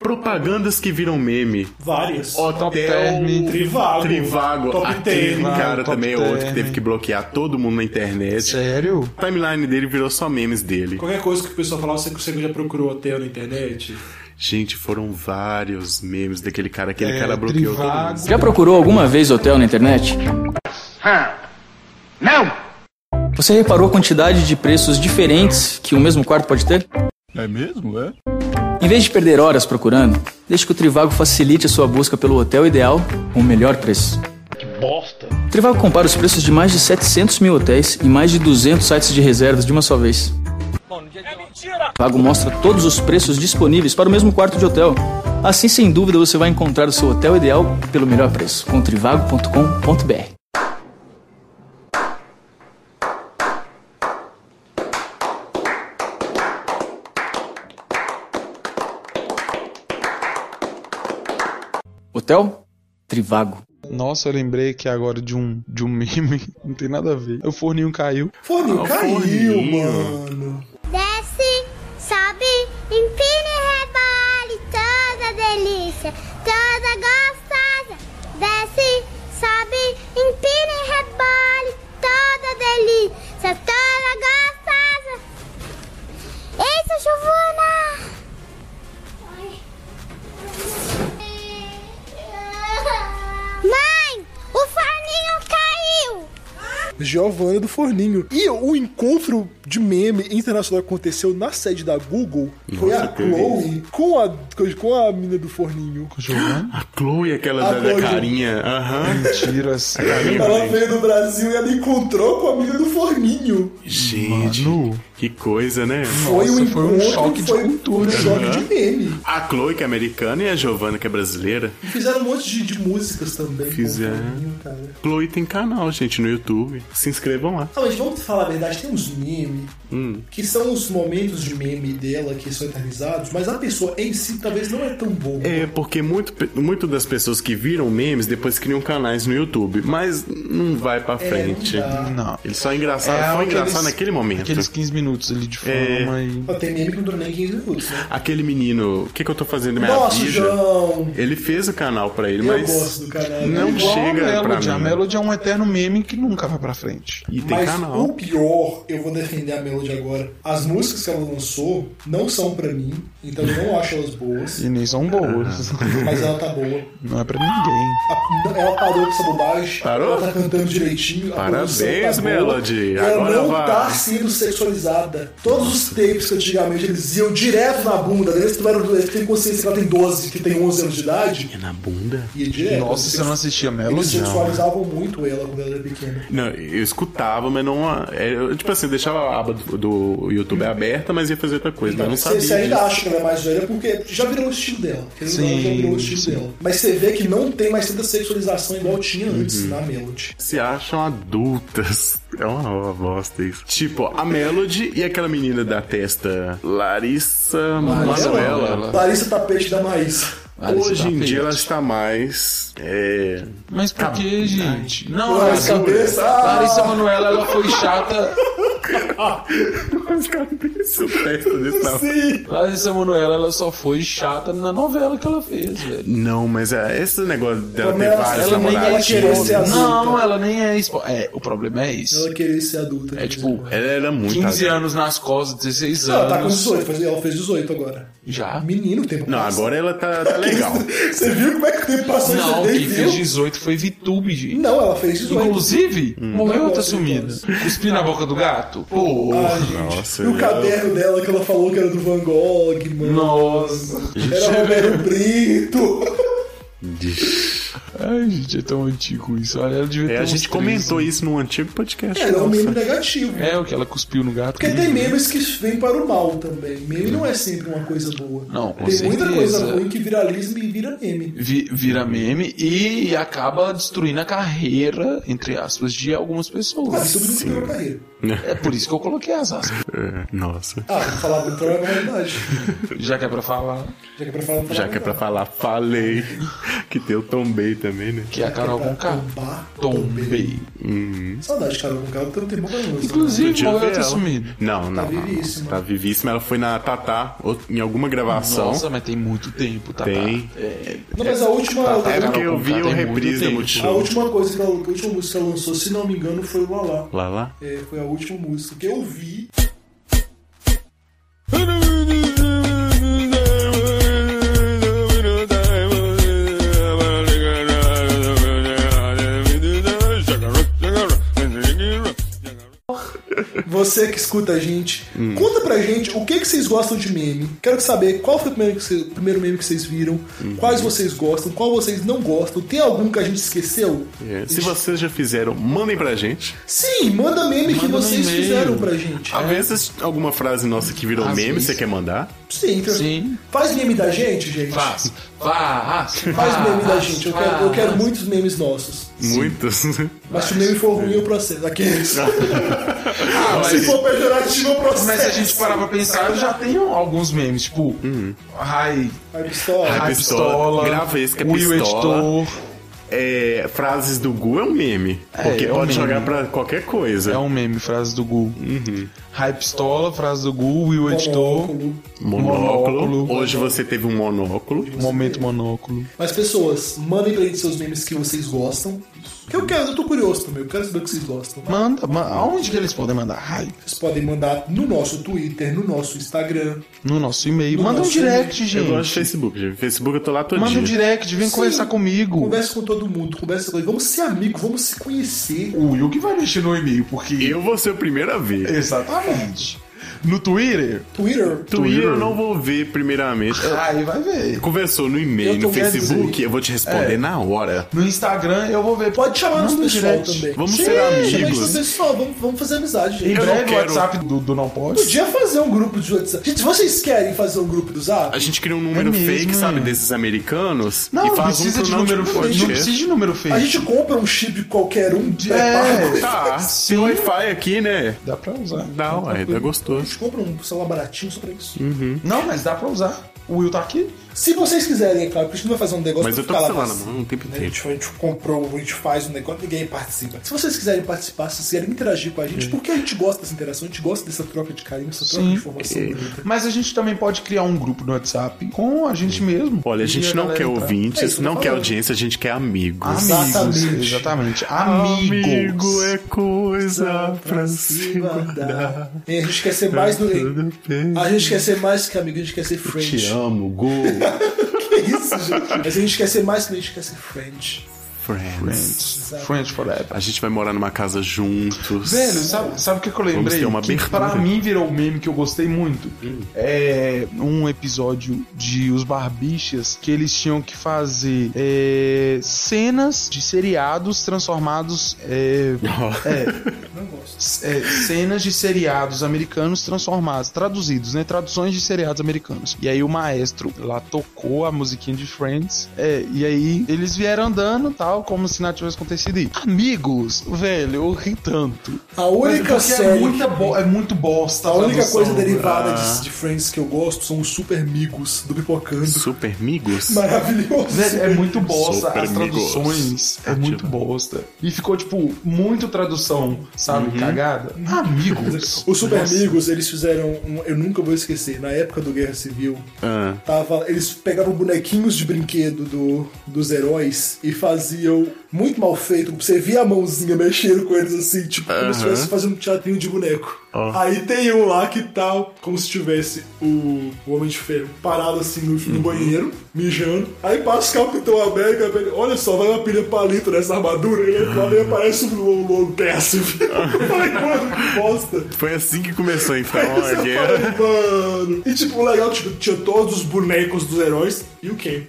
Propagandas que viram meme. Várias. Hotel, Term, Trivago. Trivago. Top aquele Term. cara Top também é outro que Term. teve que bloquear todo mundo na internet. Sério? A timeline dele virou só memes dele. Qualquer coisa que o pessoal falava, você, você já procurou hotel na internet? Gente, foram vários memes daquele cara. Aquele É, cara bloqueou Trivago. todo mundo. Já procurou alguma vez hotel na internet? Não! Você reparou a quantidade de preços diferentes que o mesmo quarto pode ter? É mesmo, é? Em vez de perder horas procurando, deixe que o Trivago facilite a sua busca pelo hotel ideal com o melhor preço. Que bosta. O Trivago compara os preços de mais de 700 mil hotéis e mais de 200 sites de reservas de uma só vez. É mentira. Trivago mostra todos os preços disponíveis para o mesmo quarto de hotel. Assim, sem dúvida, você vai encontrar o seu hotel ideal pelo melhor preço com trivago.com.br. Hotel Trivago. Nossa, eu lembrei que agora de um, de um meme, *laughs* não tem nada a ver. O forninho caiu. Ah, Forninho caiu, forninho. mano. Desce, sobe, empina e rebole, toda delícia, toda gostosa. Desce, sobe, empina e rebole, toda delícia, toda gostosa. Ei, seu chuvona! Mãe, o forninho caiu! Giovana do Forninho. E o encontro de meme internacional que aconteceu na sede da Google foi Nossa, a que Chloe delícia. com a, com a mina do Forninho. A Chloe, aquela A da, da Chloe. carinha. Aham. Mentira, A *laughs* carinha Ela bem. veio do Brasil e ela encontrou com a mina do Forninho. Gente, que coisa, né? Foi um foi um encontro, choque de foi um cultura. choque de meme. A Chloe, que é americana, e a Giovanna, que é brasileira. E fizeram um monte de, de músicas também. Fizeram. Chloe tem canal, gente, no YouTube. Se inscrevam lá. Ah, mas vamos falar a verdade, tem uns memes Hum. que são os momentos de meme dela que são eternizados, mas a pessoa em si talvez não é tão boa. É, porque muito, pe- muito das pessoas que viram memes depois criam canais no YouTube, mas não vai pra frente. É, não Não. Ele só é engraçado, foi aqueles- engraçado naquele momento. Aqueles 15 minutos ali de fama É. e. Ó, Tem meme que não dura nem 15 minutos, né? Aquele menino, o que, que eu tô fazendo na minha Nossa, vida? João! Ele fez o canal pra ele, Eu mas gosto do canal. né? não Igual chega a pra Melody. mim. A Melody é um eterno meme que nunca vai pra frente. E tem Mas canal. o pior, eu vou defender a Melody agora. As músicas que ela lançou não são pra mim, então eu não acho elas boas, E nem são boas. Ah. mas ela tá boa. *laughs* Não é pra ninguém. A- Ela parou com essa bobagem, Parou? ela tá cantando direitinho. a Parabéns, produção tá boa, Melody. Ela Agora não vai. tá sendo sexualizada. Todos os tapes que antigamente eles iam direto na bunda, eles tiveram eles têm consciência que ela tem 12, que tem 11 anos de idade. É na bunda? E é direto. Nossa, você não assistia Eles Melody? sexualizavam muito ela quando ela era pequena. Não, eu escutava, mas não. é, Eu, tipo assim, deixava a aba do, do YouTube aberta, mas ia fazer outra coisa, mas não Então, Você, sabia. você ainda disso. acha que ela é mais velha porque já virou o estilo dela. Querendo ou não, Sim, já virou o estilo dela. Mas você vê que não tem mais tanta sexualização igual tinha antes Uhum. na Melody. Se acham adultas. É uma, uma bosta isso. Tipo, a Melody e aquela menina da testa, Larissa Manoela. Larissa Tapete da Maísa. Larissa Hoje em Tapete. dia ela está mais. É. Mas por que, gente? Não, Ué, Larissa, cabeça. Ah! Larissa Manoela, ela foi chata. Mas cabeça *laughs* testa desse tamanho. Sim. Larissa Manoela, ela só foi chata na novela que ela fez, velho. é Não, mas é, esse negócio dela Também ter ela- vários ela nem ia namorados. querer ser adulta. Não, ela nem é expo... É, o problema é isso. Ela queria ser adulta. É tipo, Ela era muito 15 adulta. anos nas costas, 16 Ela anos. tá com 18, mas ela fez 18 agora. Já? Menino, o tempo Não, passa. agora ela tá, tá *laughs* legal. Você viu como é que o tempo passou? Não, você nem quem viu? fez 18 foi Vitube, gente. Não, ela fez 18. Inclusive, morreu Não, outra não, sumida. Cuspi na boca do gato? Porra. Nossa. E o é eu- caderno dela que ela falou que era do Van Gogh, mano. Nossa. Era Romero *laughs* Brito. Ai, gente, é tão antigo isso. Olha, ela devia ter É, a uns gente 13. comentou isso num antigo podcast. Era um nossa. meme negativo. É, o que ela cuspiu no gato. Porque tem memes que vêm para o mal também. Meme não é sempre uma coisa boa. Não, com tem muita certeza. coisa ruim que viraliza e vira meme. Vi- vira meme e acaba destruindo a carreira, entre aspas, de algumas Quase pessoas. todo mundo criou carreira. É por isso que eu coloquei as aspas. É, Nossa. Ah, vou falar do problema é verdade. Já que é pra falar, Já que é pra falar, falar Já que é pra falar, falei. Que eu tombei também, né? que é a Carol Conká. Tá, um Bar. Tombei. Hum. Saudade, cara, com cara, tanto um tempo pra nós. Inclusive, Podia morreu ver outra ela. sumida. Não, não. Tá não, não. vivíssima. Tá vivíssima. Ela foi na Tatá, ou- em alguma gravação. Nossa, mas tem muito tempo, tá? Tem. É, Não, né? mas a última. É porque eu Carol vi Conká o tem muito reprise da tempo. A Multishow. última coisa que ela, a última música que ela lançou, se não me engano, foi o Lalá. Lá, lá. É, foi a última música que eu vi. Você que escuta a gente, Hum. conta pra gente o que, que vocês gostam de meme. Quero saber qual foi o primeiro, que cê- o primeiro meme que vocês viram, Uhum. quais vocês gostam, qual vocês não gostam. Tem algum que a gente esqueceu? É, Se vocês já fizeram, mandem pra gente. Sim, manda meme que Manda no vocês e-mail. fizeram pra É. gente. Às vezes, alguma frase nossa que virou Às meme, vezes. você quer mandar? Sim, então- Faz meme da gente, gente. Faz. Faz meme da gente. Eu quero, eu quero muitos memes nossos. Muitas. Mas se o meme for ruim, eu processo. Aqueles. *laughs* Ah, Se for pejorativo, eu processo. Mas se a gente parar pra pensar, eu já tenho alguns memes, tipo. Ai. Ai, pistola. É Ai, pistola. Hum. Grava esse que é Will pistola. Editor. *laughs* É, frases do Gu é um meme. É, porque é um pode meme. jogar pra qualquer coisa. É um meme, frase do Gu. Uhum. Ai, pistola, frase do Gu, Will Editor. Monóculo. Monóculo. Hoje você teve um monóculo. Momento monóculo. Mas pessoas, mandem pra gente seus memes que vocês gostam. Que eu quero, eu tô curioso também, eu quero saber o que vocês gostam. Manda, ma- aonde que eles podem mandar? Ai, Vocês podem mandar no nosso Twitter, no nosso Instagram. no nosso e-mail. No Manda um nosso e-mail. direct, Eu gente. gosto de Facebook, gente. Facebook eu tô lá todo Manda dia. um direct, vem Sim. conversar comigo. Conversa com todo mundo, conversa com Vamos ser amigos, vamos se conhecer. O Will que vai mexer no e-mail, porque. Eu vou ser o primeiro a É, ver. Exatamente. No Twitter? Twitter. Twitter eu não vou ver primeiramente. Ah, Aí vai ver. Conversou no e-mail, Eu tô no vendo Facebook, isso aí. eu vou te responder É. na hora. No Instagram eu vou ver. Pode chamar nos Manda um pessoal direct. também. Vamos ser amigos. Chama nos pessoal, vamos, vamos fazer amizade, Em gente. breve o WhatsApp do, do Não Pode. Podia fazer um grupo de WhatsApp. Gente, vocês querem fazer um grupo do Zap? A gente cria um número É mesmo, fake, é. sabe, desses americanos. Não, e faz precisa um pro de não número tipo, fake, não podcast. precisa de número feio. A gente compra um chip qualquer um de É, é, tá. Tem Wi-Fi aqui, né? Dá pra usar. Dá, ué, dá gostoso. compra um celular baratinho só pra isso. Hum. Não, mas dá pra usar. O Will tá aqui. Se vocês quiserem, é claro, porque a gente não vai fazer um negócio Mas pra eu tô com o ficar celular lá. né? na mão o tempo A gente, inteiro. a gente comprou, a gente faz um negócio, ninguém participa. Se vocês quiserem participar, se vocês quiserem interagir com a Hum. gente, porque a gente gosta dessa interação, a gente gosta dessa troca de carinho, dessa troca Sim. de informação bonita. Mas a gente também pode criar um grupo no WhatsApp com a gente mesmo. Olha, a gente não quer ouvintes, não quer audiência, a gente quer amigos. Amigos, Exatamente. exatamente. Amigos. Amigo é coisa pra se guardar. E a gente quer ser mais do. A gente quer ser mais que amigo, a gente quer ser friend. Te amo, Gu. *laughs* Que isso, gente? Mas a gente quer ser mais que a gente quer ser friend. *laughs* Friends. Exato. Friends forever. A gente vai morar numa casa juntos. Velho, *laughs* sabe, sabe o que, que eu Vamos lembrei? ter uma que abertura. pra mim virou um meme que eu gostei muito. É um episódio de Os Barbichas que eles tinham que fazer é, cenas de seriados transformados. É, é, Não gosto. é, cenas de seriados americanos transformados, traduzidos, né? Traduções de seriados americanos. E aí o maestro lá tocou a musiquinha de Friends. é, e aí eles vieram andando tal, como se nada tivesse acontecido. E, amigos, velho, eu ri tanto. A única Mas porque série É, muita bo- é muito bosta. A única tradução. coisa derivada Ah. de, de Friends que eu gosto são os super amigos do Pipocando. Super amigos? Maravilhoso. Velho, é muito bosta Super as amigos. traduções. É muito bosta. E ficou, tipo, muito tradução, sabe? Uhum. Cagada. Né? Amigos. Os Super Nossa. Amigos, eles fizeram um, Eu nunca vou esquecer, na época do Guerra Civil, Ah. tava, eles pegavam bonequinhos de brinquedo do, dos heróis e faziam muito mal feito. Você via a mãozinha mexendo com eles assim, tipo, como se Aham. estivesse fazendo um teatrinho de boneco. Ó. Aí tem um lá que tá como se tivesse o, o Homem de Ferro parado assim no, Uhum. no banheiro, mijando. Aí passa o Capitão América, ele, olha só, vai uma pilha palito nessa armadura, ele entra lá e aparece um o Lolo *laughs* Guerra Civil. assim. Eu falei, mano, que bosta. Foi assim que começou *laughs* então Aí a você guerra. fala, mano. E tipo, o legal, tipo, tinha todos os bonecos dos heróis e o Ken.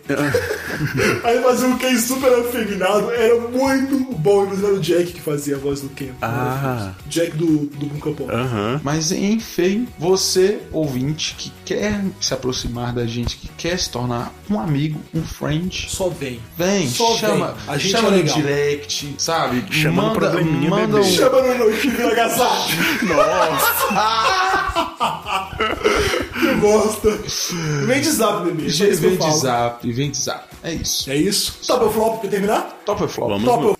Aí fazia o Ken super afeminado, era muito bom. Inclusive era o Jack que fazia a voz do Ken. Ah. Jack do, do Bunker Pop. Aham. Mas enfim, você, ouvinte, que quer se aproximar da gente, que quer se tornar um amigo, um friend, Só vem. vem, Só chama, vem. A gente chama é no legal. direct, sabe? Chama no manda, probleminha, manda bebê. um, Chama no Noitinho Agasalho. Nossa. Que bosta. Vem de zap, bebê. um G- É isso que eu vem de falo. zap, vem de zap. É isso. É isso? Top ou flop pra terminar? Top ou flop? Vamos Top no- ou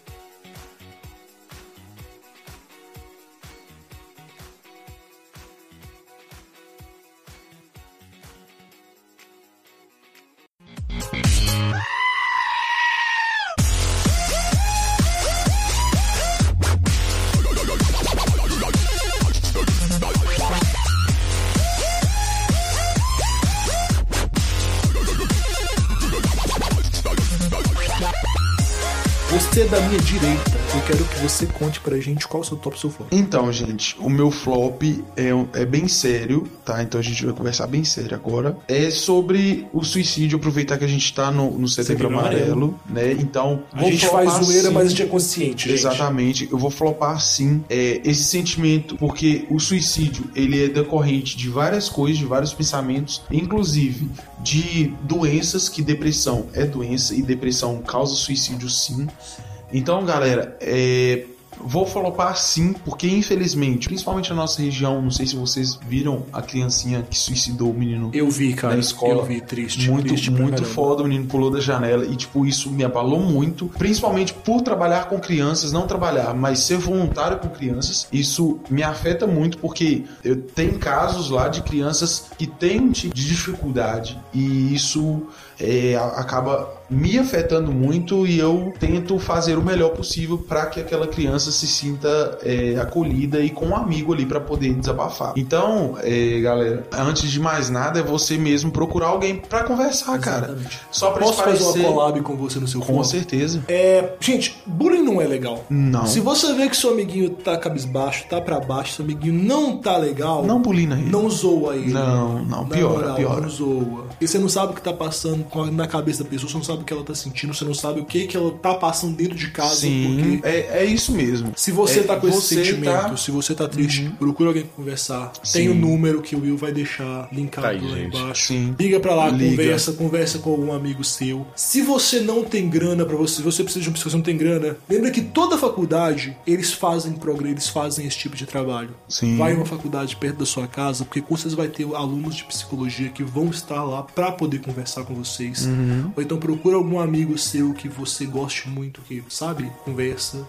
Você é da minha direita, Eu quero que você conte pra gente qual é o seu top seu flop. Então, gente, o meu flop é, um- é bem sério, tá? Então a gente vai conversar bem sério agora. É sobre o suicídio, aproveitar que a gente tá no, no setembro Setembro amarelo, né? Então. A gente faz flopar zoeira, sim. mas a gente é consciente, gente. Exatamente. Eu vou flopar sim é, esse sentimento, porque o suicídio ele é decorrente de várias coisas, de vários pensamentos, inclusive de doenças que depressão é doença e depressão causa suicídio sim. Então, galera, é, Vou flopar sim, porque infelizmente, principalmente na nossa região, não sei se vocês viram a criancinha que suicidou o menino. Eu vi, cara. Na escola. Eu vi, triste, Muito, triste pra muito caramba. foda. O menino pulou da janela e, tipo, isso me abalou muito. Principalmente por trabalhar com crianças, não trabalhar, mas ser voluntário com crianças. Isso me afeta muito porque eu tenho casos lá de crianças que têm um tipo de dificuldade e isso é, a- acaba me afetando muito e eu tento fazer o melhor possível para que aquela criança se sinta é, acolhida e com um amigo ali para poder desabafar. Então, é, galera, antes de mais nada é você mesmo procurar alguém para conversar, cara. Só pra Posso fazer esclarecer- uma collab com você no seu Com certeza. É, gente, bullying não é legal. Não. Se você vê que seu amiguinho tá cabisbaixo, tá pra baixo, seu amiguinho não tá legal. Não bulina ele. Não zoa ele. Não, não, piora, piora. Não zoa. E você não sabe o que tá passando com a- na cabeça da pessoa, você não sabe o que ela tá sentindo, você não sabe o que, que ela tá passando dentro de casa. Sim, porque- é, é isso mesmo. Se você É, tá com esse você sentimento, tá- se você tá triste, procura alguém pra conversar. Tem Sim. o número que o Will vai deixar linkado Tá aí, lá gente. embaixo. Sim. Liga pra lá, Liga. conversa, conversa com algum amigo seu. Se você não tem grana pra você, se você precisa de um psicólogo, você não tem grana, lembra que toda faculdade, eles fazem programa, eles fazem esse tipo de trabalho. Sim. Vai em uma faculdade perto da sua casa, porque com certeza vai ter alunos de psicologia que vão estar lá pra poder conversar com vocês. Uhum. Ou então procura algum amigo seu que você goste muito, que, sabe, conversa.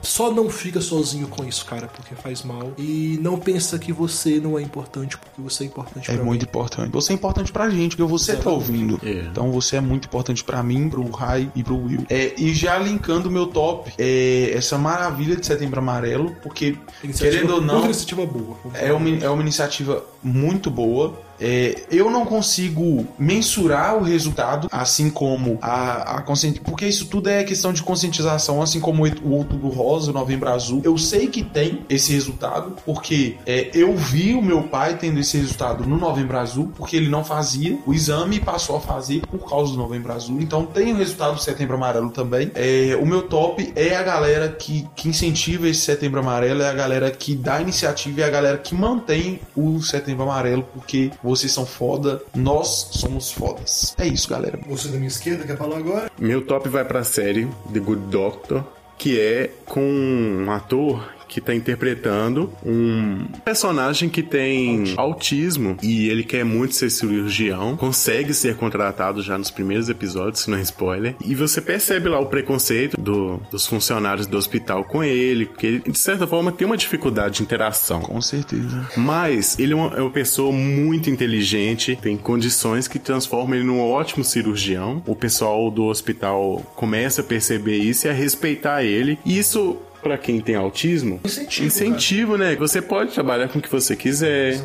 Só não fica sozinho com isso, cara, porque faz mal. E não pensa que você não é importante, porque você é importante É pra muito importante. Você é importante pra gente, porque você tá ouvindo. Então você é muito importante pra mim, pro Rai e pro Will. É, e já linkando o meu top, é, essa maravilha de Setembro Amarelo, porque, Iniciativa- querendo ou não, outra iniciativa boa. é uma, é uma iniciativa muito boa. É, eu não consigo mensurar o resultado, assim como a, a conscientização. Porque isso tudo é questão de conscientização, assim como o Outubro Rosa, o Novembro Azul. Eu sei que tem esse resultado, porque é, eu vi o meu pai tendo esse resultado no Novembro Azul, porque ele não fazia o exame e passou a fazer por causa do Novembro Azul. Então tem o resultado do Setembro Amarelo também. É, o meu top é a galera que, que incentiva esse Setembro Amarelo, é a galera que dá iniciativa e é a galera que mantém o Setembro Amarelo, porque vocês são foda, nós somos fodas. É isso, galera. Você da minha esquerda quer falar agora? Meu top vai pra série The Good Doctor, que é com um ator que tá interpretando um personagem que tem autismo e ele quer muito ser cirurgião, consegue ser contratado já nos primeiros episódios, se não é spoiler. E você percebe lá o preconceito do- dos funcionários do hospital com ele, porque ele, de certa forma, tem uma dificuldade de interação. Com certeza. Mas ele é uma, é uma pessoa muito inteligente, tem condições que transformam ele num ótimo cirurgião. O pessoal do hospital começa a perceber isso e a respeitar ele. E isso. Pra quem tem autismo, incentivo, né? Você pode trabalhar com o que você quiser.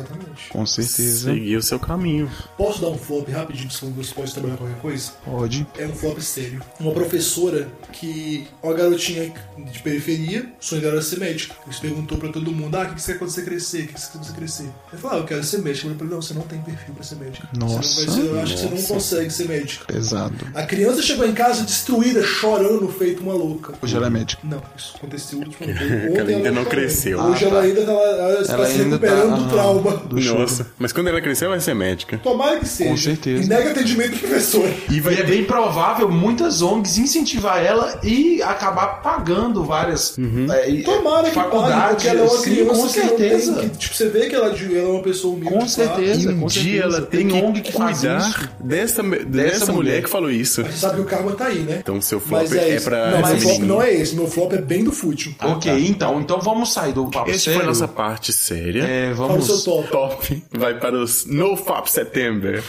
Com certeza. Seguir o seu caminho. Posso dar um flop rapidinho, se você pode trabalhar com qualquer coisa? Pode. É um flop sério. Uma professora que. Uma garotinha de periferia, sonho dela era ser médica. Eles perguntou pra todo mundo: ah, o que você quer quando você crescer? O que você quer quando você crescer? Ela falou: ah, eu quero ser médica. Ela falou: não, você não tem perfil pra ser médica. Você não Nossa, vai ser, eu acho que você nossa. não consegue ser médica. É Pesado. A criança chegou em casa destruída, chorando, feito uma louca. Hoje ela é médica. Não, isso aconteceu *laughs* ultimamente. Que ela ainda não cresceu. Ah, Hoje ela ainda tá, ela está Ela se ainda tá, recuperando ah, do trauma. Nossa. Mas quando ela crescer, ela vai ser médica. Tomara que seja. Com certeza. E nega atendimento do professor. E, é bem provável muitas ONGs incentivar ela e acabar pagando várias Uhum. é, e- Tomara que pague, faculdades. porque ela é uma sim, criança com que não certeza. tem- que, tipo, você vê que ela, de- ela é uma pessoa humilde. Com tá? certeza, E um com dia certeza. ela tem, Tem que ONG que faz isso. cuidar dessa, dessa, mulher. mulher. que falou isso. Você sabe que o karma tá aí, né? Então seu flop Mas é, isso. pra Ah, Não, essa meu flop menininha. não é esse. Meu flop é bem do fútil. Ok, então, então vamos sair do papo Essa sério. Tá. foi a nossa parte séria. É, vamos- Fala o seu Tá top. Vai para os No Fap *laughs* September.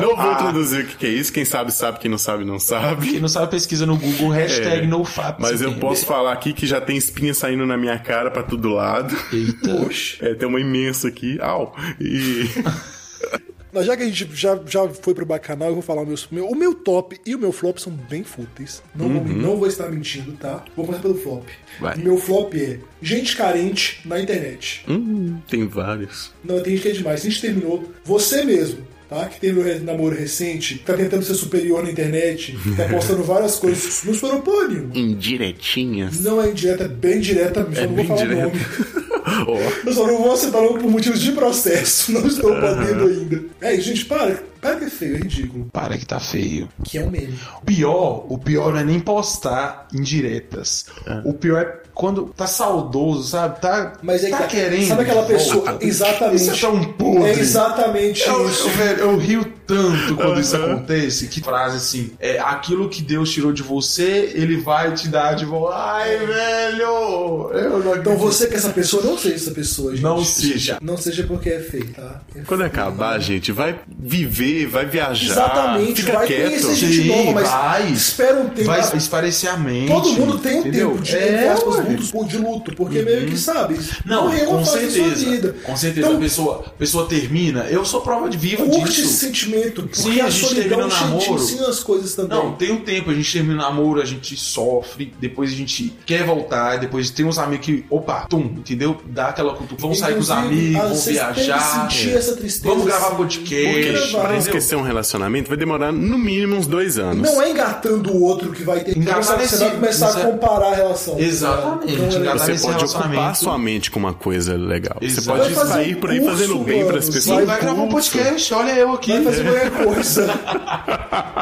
não Ah. vou traduzir o que que é isso. Quem sabe, sabe. Quem não sabe, não sabe. Quem não sabe, pesquisa no Google, hashtag É. NoFap. Mas eu posso falar aqui que já tem espinha saindo na minha cara pra todo lado. Eita. *laughs* Poxa. É, tem uma imensa aqui. Au. E... Mas já que a gente já, já foi pro bacanal, eu vou falar o meu, o meu top e o meu flop são bem fúteis. Não, vou- Uhum. não vou estar mentindo, tá? Vou começar pelo flop. Vai. O Meu flop é gente carente na internet. Hum, tem vários. Não, tem gente que é demais. A gente terminou, você mesmo, tá? Que teve um re- namoro recente, tá tentando ser superior na internet, *laughs* tá postando várias coisas que não foram porra nenhuma. Indiretinhas. Não é indireta, é bem direta, só É não vou bem falar o direta. nome. *laughs* Ó. Eu só não vou citar nome por motivos de processo, *laughs* não estou Aham. podendo ainda. É, gente, para, para que é feio, é ridículo. Para que tá feio. Que é um meme. O pior, o pior não é nem postar indiretas. O pior é quando tá saudoso, sabe? Tá, Mas é tá que- querendo. sabe aquela pessoa- volta. exatamente. Isso é tão podre. é É exatamente eu, isso. Eu, velho, eu rio tanto quando isso acontece. Que frase assim: é, aquilo que Deus tirou de você, ele vai te dar de volta. Ai, velho! Eu não Então acredito. você que é essa pessoa, não seja essa pessoa, gente. Não seja. Não seja porque é feio, tá? Quando acabar, gente, vai viver, vai viajar. Exatamente, fica vai quieto. conhecer é gente nova, mas espera um tempo. Vai esparecer a mente. Todo mundo tem um entendeu? tempo de, é, entre aspas, ué. Uhum. luto- de luto, porque meio que sabe. Não, morreu com uma fase da sua certeza. vida. Com certeza. Então- a pessoa, a pessoa termina. Eu sou prova de viva Curte esse disso. sentimento, porque Sim, a a gente solidão termina te, te namoro. ensina as coisas também. Não, tem um tempo, a gente termina o namoro, a gente sofre, depois a gente quer voltar, depois tem uns amigos que, opa, tum, entendeu? Dá aquela cultura, vão sair com os Inclusive, amigos, ah, vão vocês têm que viajar, sentir essa tristeza, vamos gravar assim. podcast, Vamos gravar. Pra entendeu? esquecer um relacionamento vai demorar no mínimo uns dois anos. Não é engatando o outro que vai ter que Engatar você nesse- vai começar a nesse- comparar a relação. Exatamente, Não é legal. engatar Você nesse pode ocupar relacionamento. sua mente com uma coisa legal. Você Exato. Vai pode fazer sair um por aí curso, fazendo bem mano. para as Sim, pessoas. vai gravar um podcast, olha eu aqui. né? Vai fazer qualquer *laughs* coisa.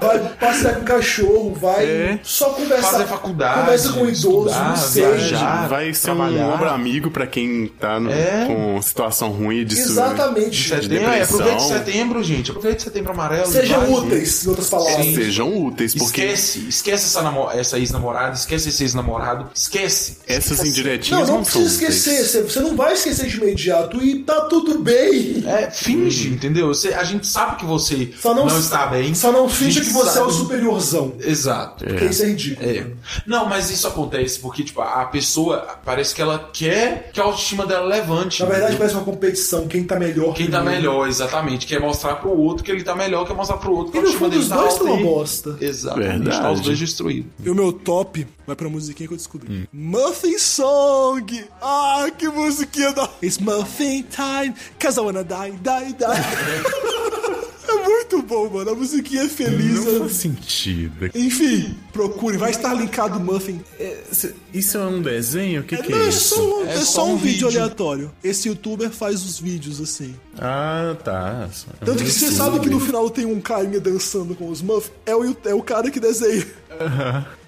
Vai passear com o cachorro, vai É. só conversar. Fazer faculdade, Conversa com o idoso, estudar, não viajar. seja. Ah, Vai ser trabalhar. um ombro amigo pra quem tá no- É. com situação ruim de su- Exatamente. de Setembro, é, aproveita depressão. setembro, gente. Aproveita setembro amarelo. Sejam vai, úteis, em outras palavras. Sim. Sejam úteis, porque Esquece, esquece essa, namo- essa ex-namorada, esquece esse ex-namorado, esquece. essas Não, indiretinhas não não, são precisa úteis. esquecer. Você- Você não vai esquecer de imediato e tá tudo bem. É, Hum. finge, entendeu? Você- a gente sabe que você Só não, não, está bem. Só não A finge gente que você é o sabe- superiorzão. Exato. Porque isso é ridículo. É. Não, mas isso acontece porque, tipo, a pessoa parece que ela quer que a autoestima dela levante. Na verdade, entendeu? parece uma competição. Quem tá melhor. quem tá primeiro. melhor, exatamente. Quer mostrar pro outro que ele tá melhor, quer mostrar pro outro que E a no fundo, autoestima dele os tá dois alta. estão uma e- bosta. Exatamente. Verdade. Tá os dois destruídos. E o meu top vai pra musiquinha que eu descobri. Hum. Muffin Song! Ah, que musiquinha da. It's Muffin Time, cause I wanna die, die, die. *laughs* é muito bom, mano. A musiquinha é feliz. Não né? faz sentido. Enfim, procure, vai estar linkado o Muffin. Isso é um desenho? O que, que Não, é é isso? só, um, É é só só um um vídeo vídeo. aleatório. Esse youtuber faz os vídeos assim. Ah, tá. É Tanto um que você YouTube. sabe que no final tem um carinha dançando com os Muff, é o, é o cara que desenha.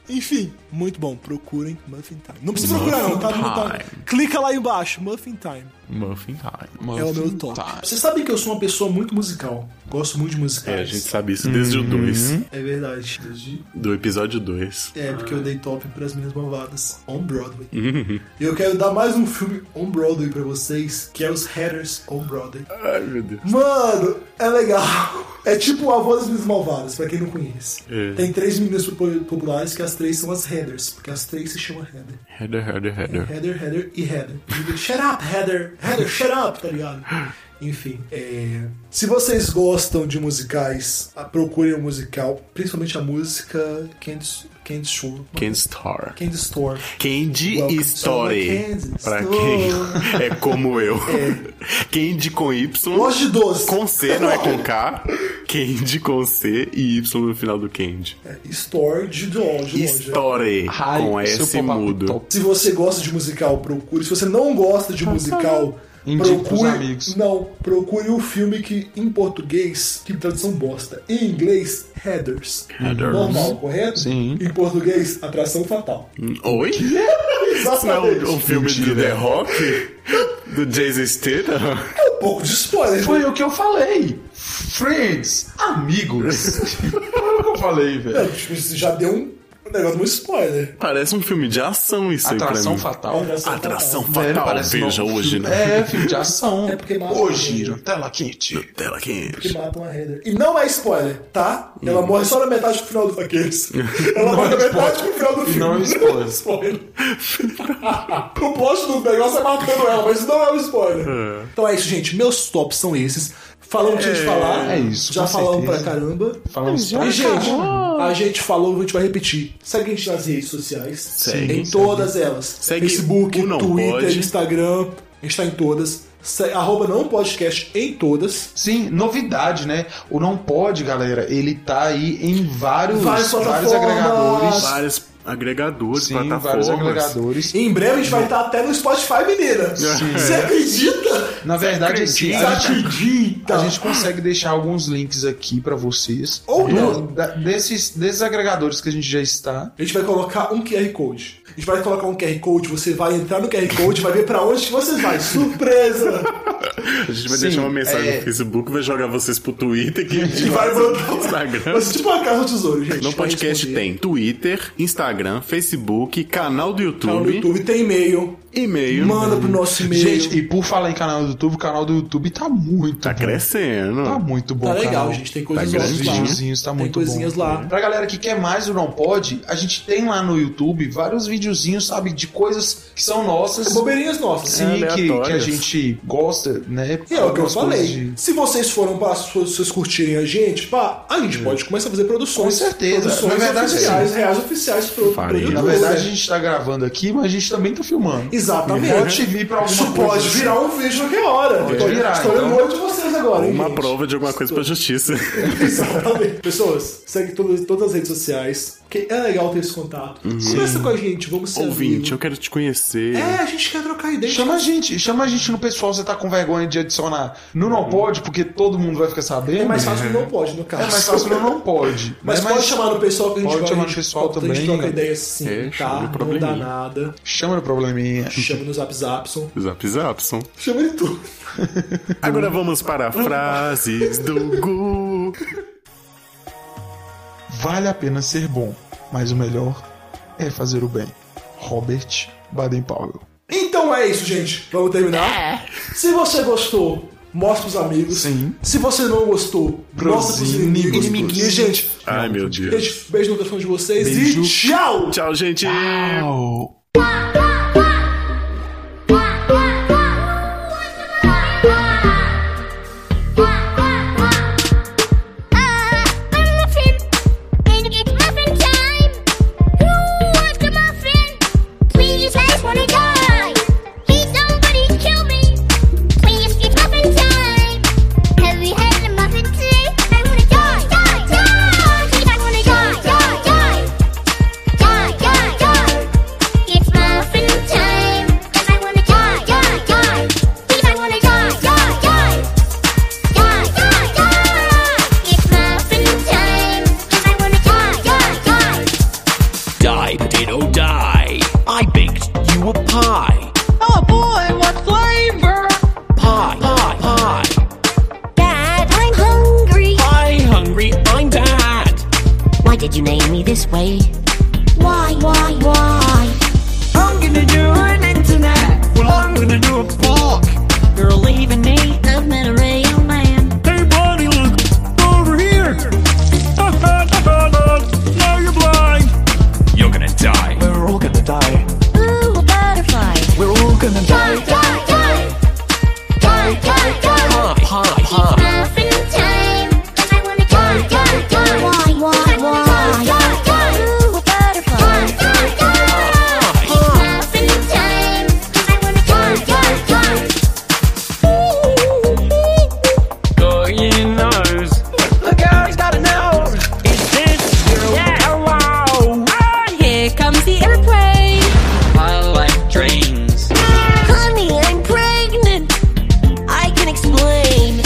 Enfim, muito bom. Procurem Muffin Time. Não precisa procurar, não, tá? Não tá- Clica lá embaixo, Muffin Time. um Muffin Time. É o meu top. Vocês sabem que eu sou uma pessoa muito musical. Gosto muito de musicais. É, a gente sabe isso desde o 2. É verdade. Desde- Do episódio 2. É, porque eu dei top pras minhas malvadas. On *laughs* Broadway. E eu quero dar mais um filme on Broadway pra vocês, que é os Hatters on Broadway. Ai, meu Deus. Mano, é legal. É tipo o avô das minhas malvadas, pra quem não conhece. É. Tem três meninas popu- populares que as três são as Headers, porque as três se chamam Heather. Header, header, header. Heather, Heather e Heather. E, Shut up, Heather! Heather, shut up, tá ligado? Enfim, é... se vocês gostam de musicais, a- procurem o musical, principalmente a música Candy, Candy Store. Candy Star. Candy Store. Candy Welcome Story. to my Candy pra Store. quem *laughs* é como eu. Candy com Y. Loja de doce. Com C, não é com K. Candy com C e Y no final do Candy. É, Store de loja. loja. Story. Ai, com seu S papai mudo. top. Se você gosta de musical, procure. Se você não gosta de musical, Indique pros procure. amigos. Não, procure o filme que em português, que tradução bosta. Em inglês, Headers. Headers. Normal, correto? Sim. Em português, Atração Fatal. Hum, Oi? Isso não é Exatamente. um, um filme do The Rock? Do Jason Statham? É um pouco de spoiler. Foi o que eu falei. Friends, amigos. *laughs* Foi o que eu falei, velho. É, tipo, isso já deu um um negócio muito spoiler. Parece um filme de ação isso Atração aí pra mim. fatal. Atração Velho, fatal. parece Veja novo hoje, filme. né? É, filme de ação. É porque mata Hoje, mesmo. tela quente. Tela é Que quente. matam a Heather. E não é spoiler, tá? Uhum. Ela morre só na metade do final do Aqueles. Ela morre na metade do final do filme. Não é spoiler. spoiler. *laughs* o é plot do negócio é matando ela, mas não é um spoiler. Então é isso, gente. Meus tops são esses. Falamos o que tinha de É, falar. é isso, Já com falamos certeza. pra caramba. Falamos e, pra gente, caramba. a gente falou, a gente vai repetir. Segue a gente nas redes sociais. Segue, Em segue. todas elas. Segue Facebook, o Não Twitter, Pode. Instagram. A gente tá em todas. Se- Arroba não podcast em todas. Sim, novidade, né? O Não Pode, galera, ele tá aí em vários, Várias vários, plataformas. agregadores. Vários agregadores, Sim, plataformas. vários agregadores. Em breve a gente vai estar até no Spotify, menina. Sim. Você acredita? Na verdade, assim, Você a gente, acredita? a gente consegue deixar alguns links aqui pra vocês. Então. Ou Do- não. da- desses, desses agregadores que a gente já está. A gente vai colocar um QR Code. A gente vai colocar um QR Code, você vai entrar no QR Code, vai ver pra onde que você vai. *laughs* Surpresa! A gente vai Sim, deixar uma mensagem é. no Facebook, vai jogar vocês pro Twitter que a *laughs* gente E vai mandar no Instagram. Mas tipo uma casa do tesouro, gente. No Vai podcast responder. tem Twitter, Instagram, Facebook, canal do YouTube. Canal do YouTube tem e-mail. E-mail. Manda pro nosso e-mail. Gente, e por falar em canal do YouTube, o canal do YouTube tá muito Tá bom. crescendo. Tá muito bom, Tá legal, canal. gente, tem coisas tá novas grandes lá. videozinhos, tá Tem muito coisinhas bom. lá. Pra galera que quer mais o Não Pode, a gente tem lá no YouTube vários videozinhos, sabe, de coisas que são nossas. Bobeirinhas nossas. É. Sim, É, que, que a aleatórias. gente gosta, né? E é o que eu Algumas coisas falei. de- Se vocês foram pra se vocês curtirem a gente, pá, a gente pode começar a fazer produções. É. Com certeza. Produções Na verdade, oficiais, sim. reais oficiais pro, pro Faria. YouTube. Na verdade, né? a gente tá gravando aqui, mas a gente também tá filmando. Exatamente. Pode te vir pra alguma Isso coisa. pode assim. virar um vídeo a qualquer hora. Pode Estou- virar, Estou então. lembrando de vocês agora, hein? Uma gente? prova de alguma coisa pra justiça. *laughs* Exatamente. Pessoas, segue todas, todas as redes sociais. Que é legal ter esse contato. Conversa com a gente, vamos ser Uhum. Ouvinte, amigo. eu quero te conhecer. É, a gente quer trocar ideia. Chama a gente, chama a gente no pessoal, você tá com vergonha de adicionar no Não Pode, porque todo mundo vai ficar sabendo. É mais fácil que não pode, no É caso. mais fácil no Não Pode. Mas, né? pode chamar no pessoal que a gente pode vai, a chamar no gente- pessoal A gente também. troca ideia sim, É, chama tá? no Não dá probleminha. nada. Chama no probleminha. Chama no Zap Zapson. Zap Zapson. Chama ele tudo. Agora vamos para frases do Gu. Vale a pena ser bom, mas o melhor é fazer o bem. Robert Baden-Powell. Então é isso, gente. Vamos terminar? Se você gostou, mostra pros amigos. Sim. Se você não gostou, mostra pros inimigos. E, gente, Ai, meu Deus. gente, beijo no telefone de vocês Beijo. e tchau! Tchau, gente. It's muffin time. Cause I wanna die, die, die. Please, I wanna die, die, die. Die, die, die. It's muffin time. Cause I wanna die, die, die. Die, potato, die. I baked you a pie. Oh boy, what flavor? Pie, pie, pie. Dad, I'm hungry. I'm hungry, I'm bad. Why did you name me this way? Why, why, why? I'm gonna do an internet. Well, I'm gonna do a book. You're leaving me. I've met a real man. Hey, buddy, look over here. *laughs* now you're blind. You're gonna die. We're all gonna die. Ooh, a butterfly. We're all gonna Die, die, die. Die, die, die. Pie, pie, pie. Muffin time. Cause I wanna die, die, die. Why, why, why? Die, die, die. Ooh, a butterfly. Die, die, die. Oh, you nose. Look out, he's got a nose. Is this you? Yeah, wow. Here comes the airplane. I like trains. Honey, I'm pregnant. I can explain.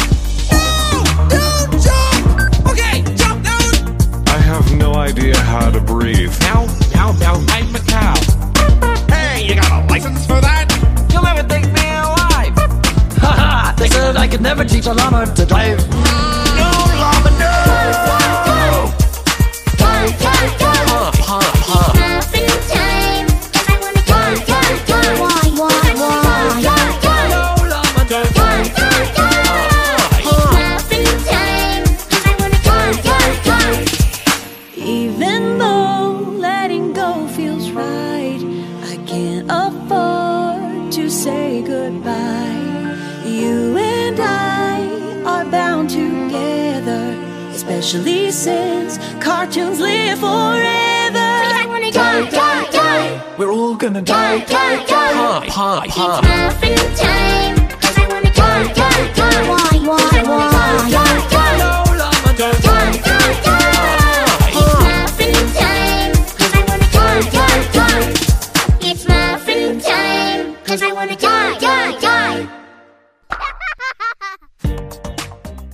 Okay, jump down. I have no idea how to breathe. Now, now, now, I'm a cow. Hey, you got a license for that? You'll never take me alive. Haha, they said I could never teach a llama to drive. No, llama, no. Pop, pop, pop. No, llama, don't. Even though letting go feels right, I can't afford to say goodbye. You and I are bound. especially since cartoons live forever. I wanna die, die, die. We're all gonna die, Die, die, die. Hi, hi, hi. It's muffin time. 'Cause I wanna die, die, die. Why, why, why? Die, die, die. Die, die, die. It's muffin time. 'Cause I wanna die, die, die. It's muffin time. 'Cause I wanna die, die, die. *laughs*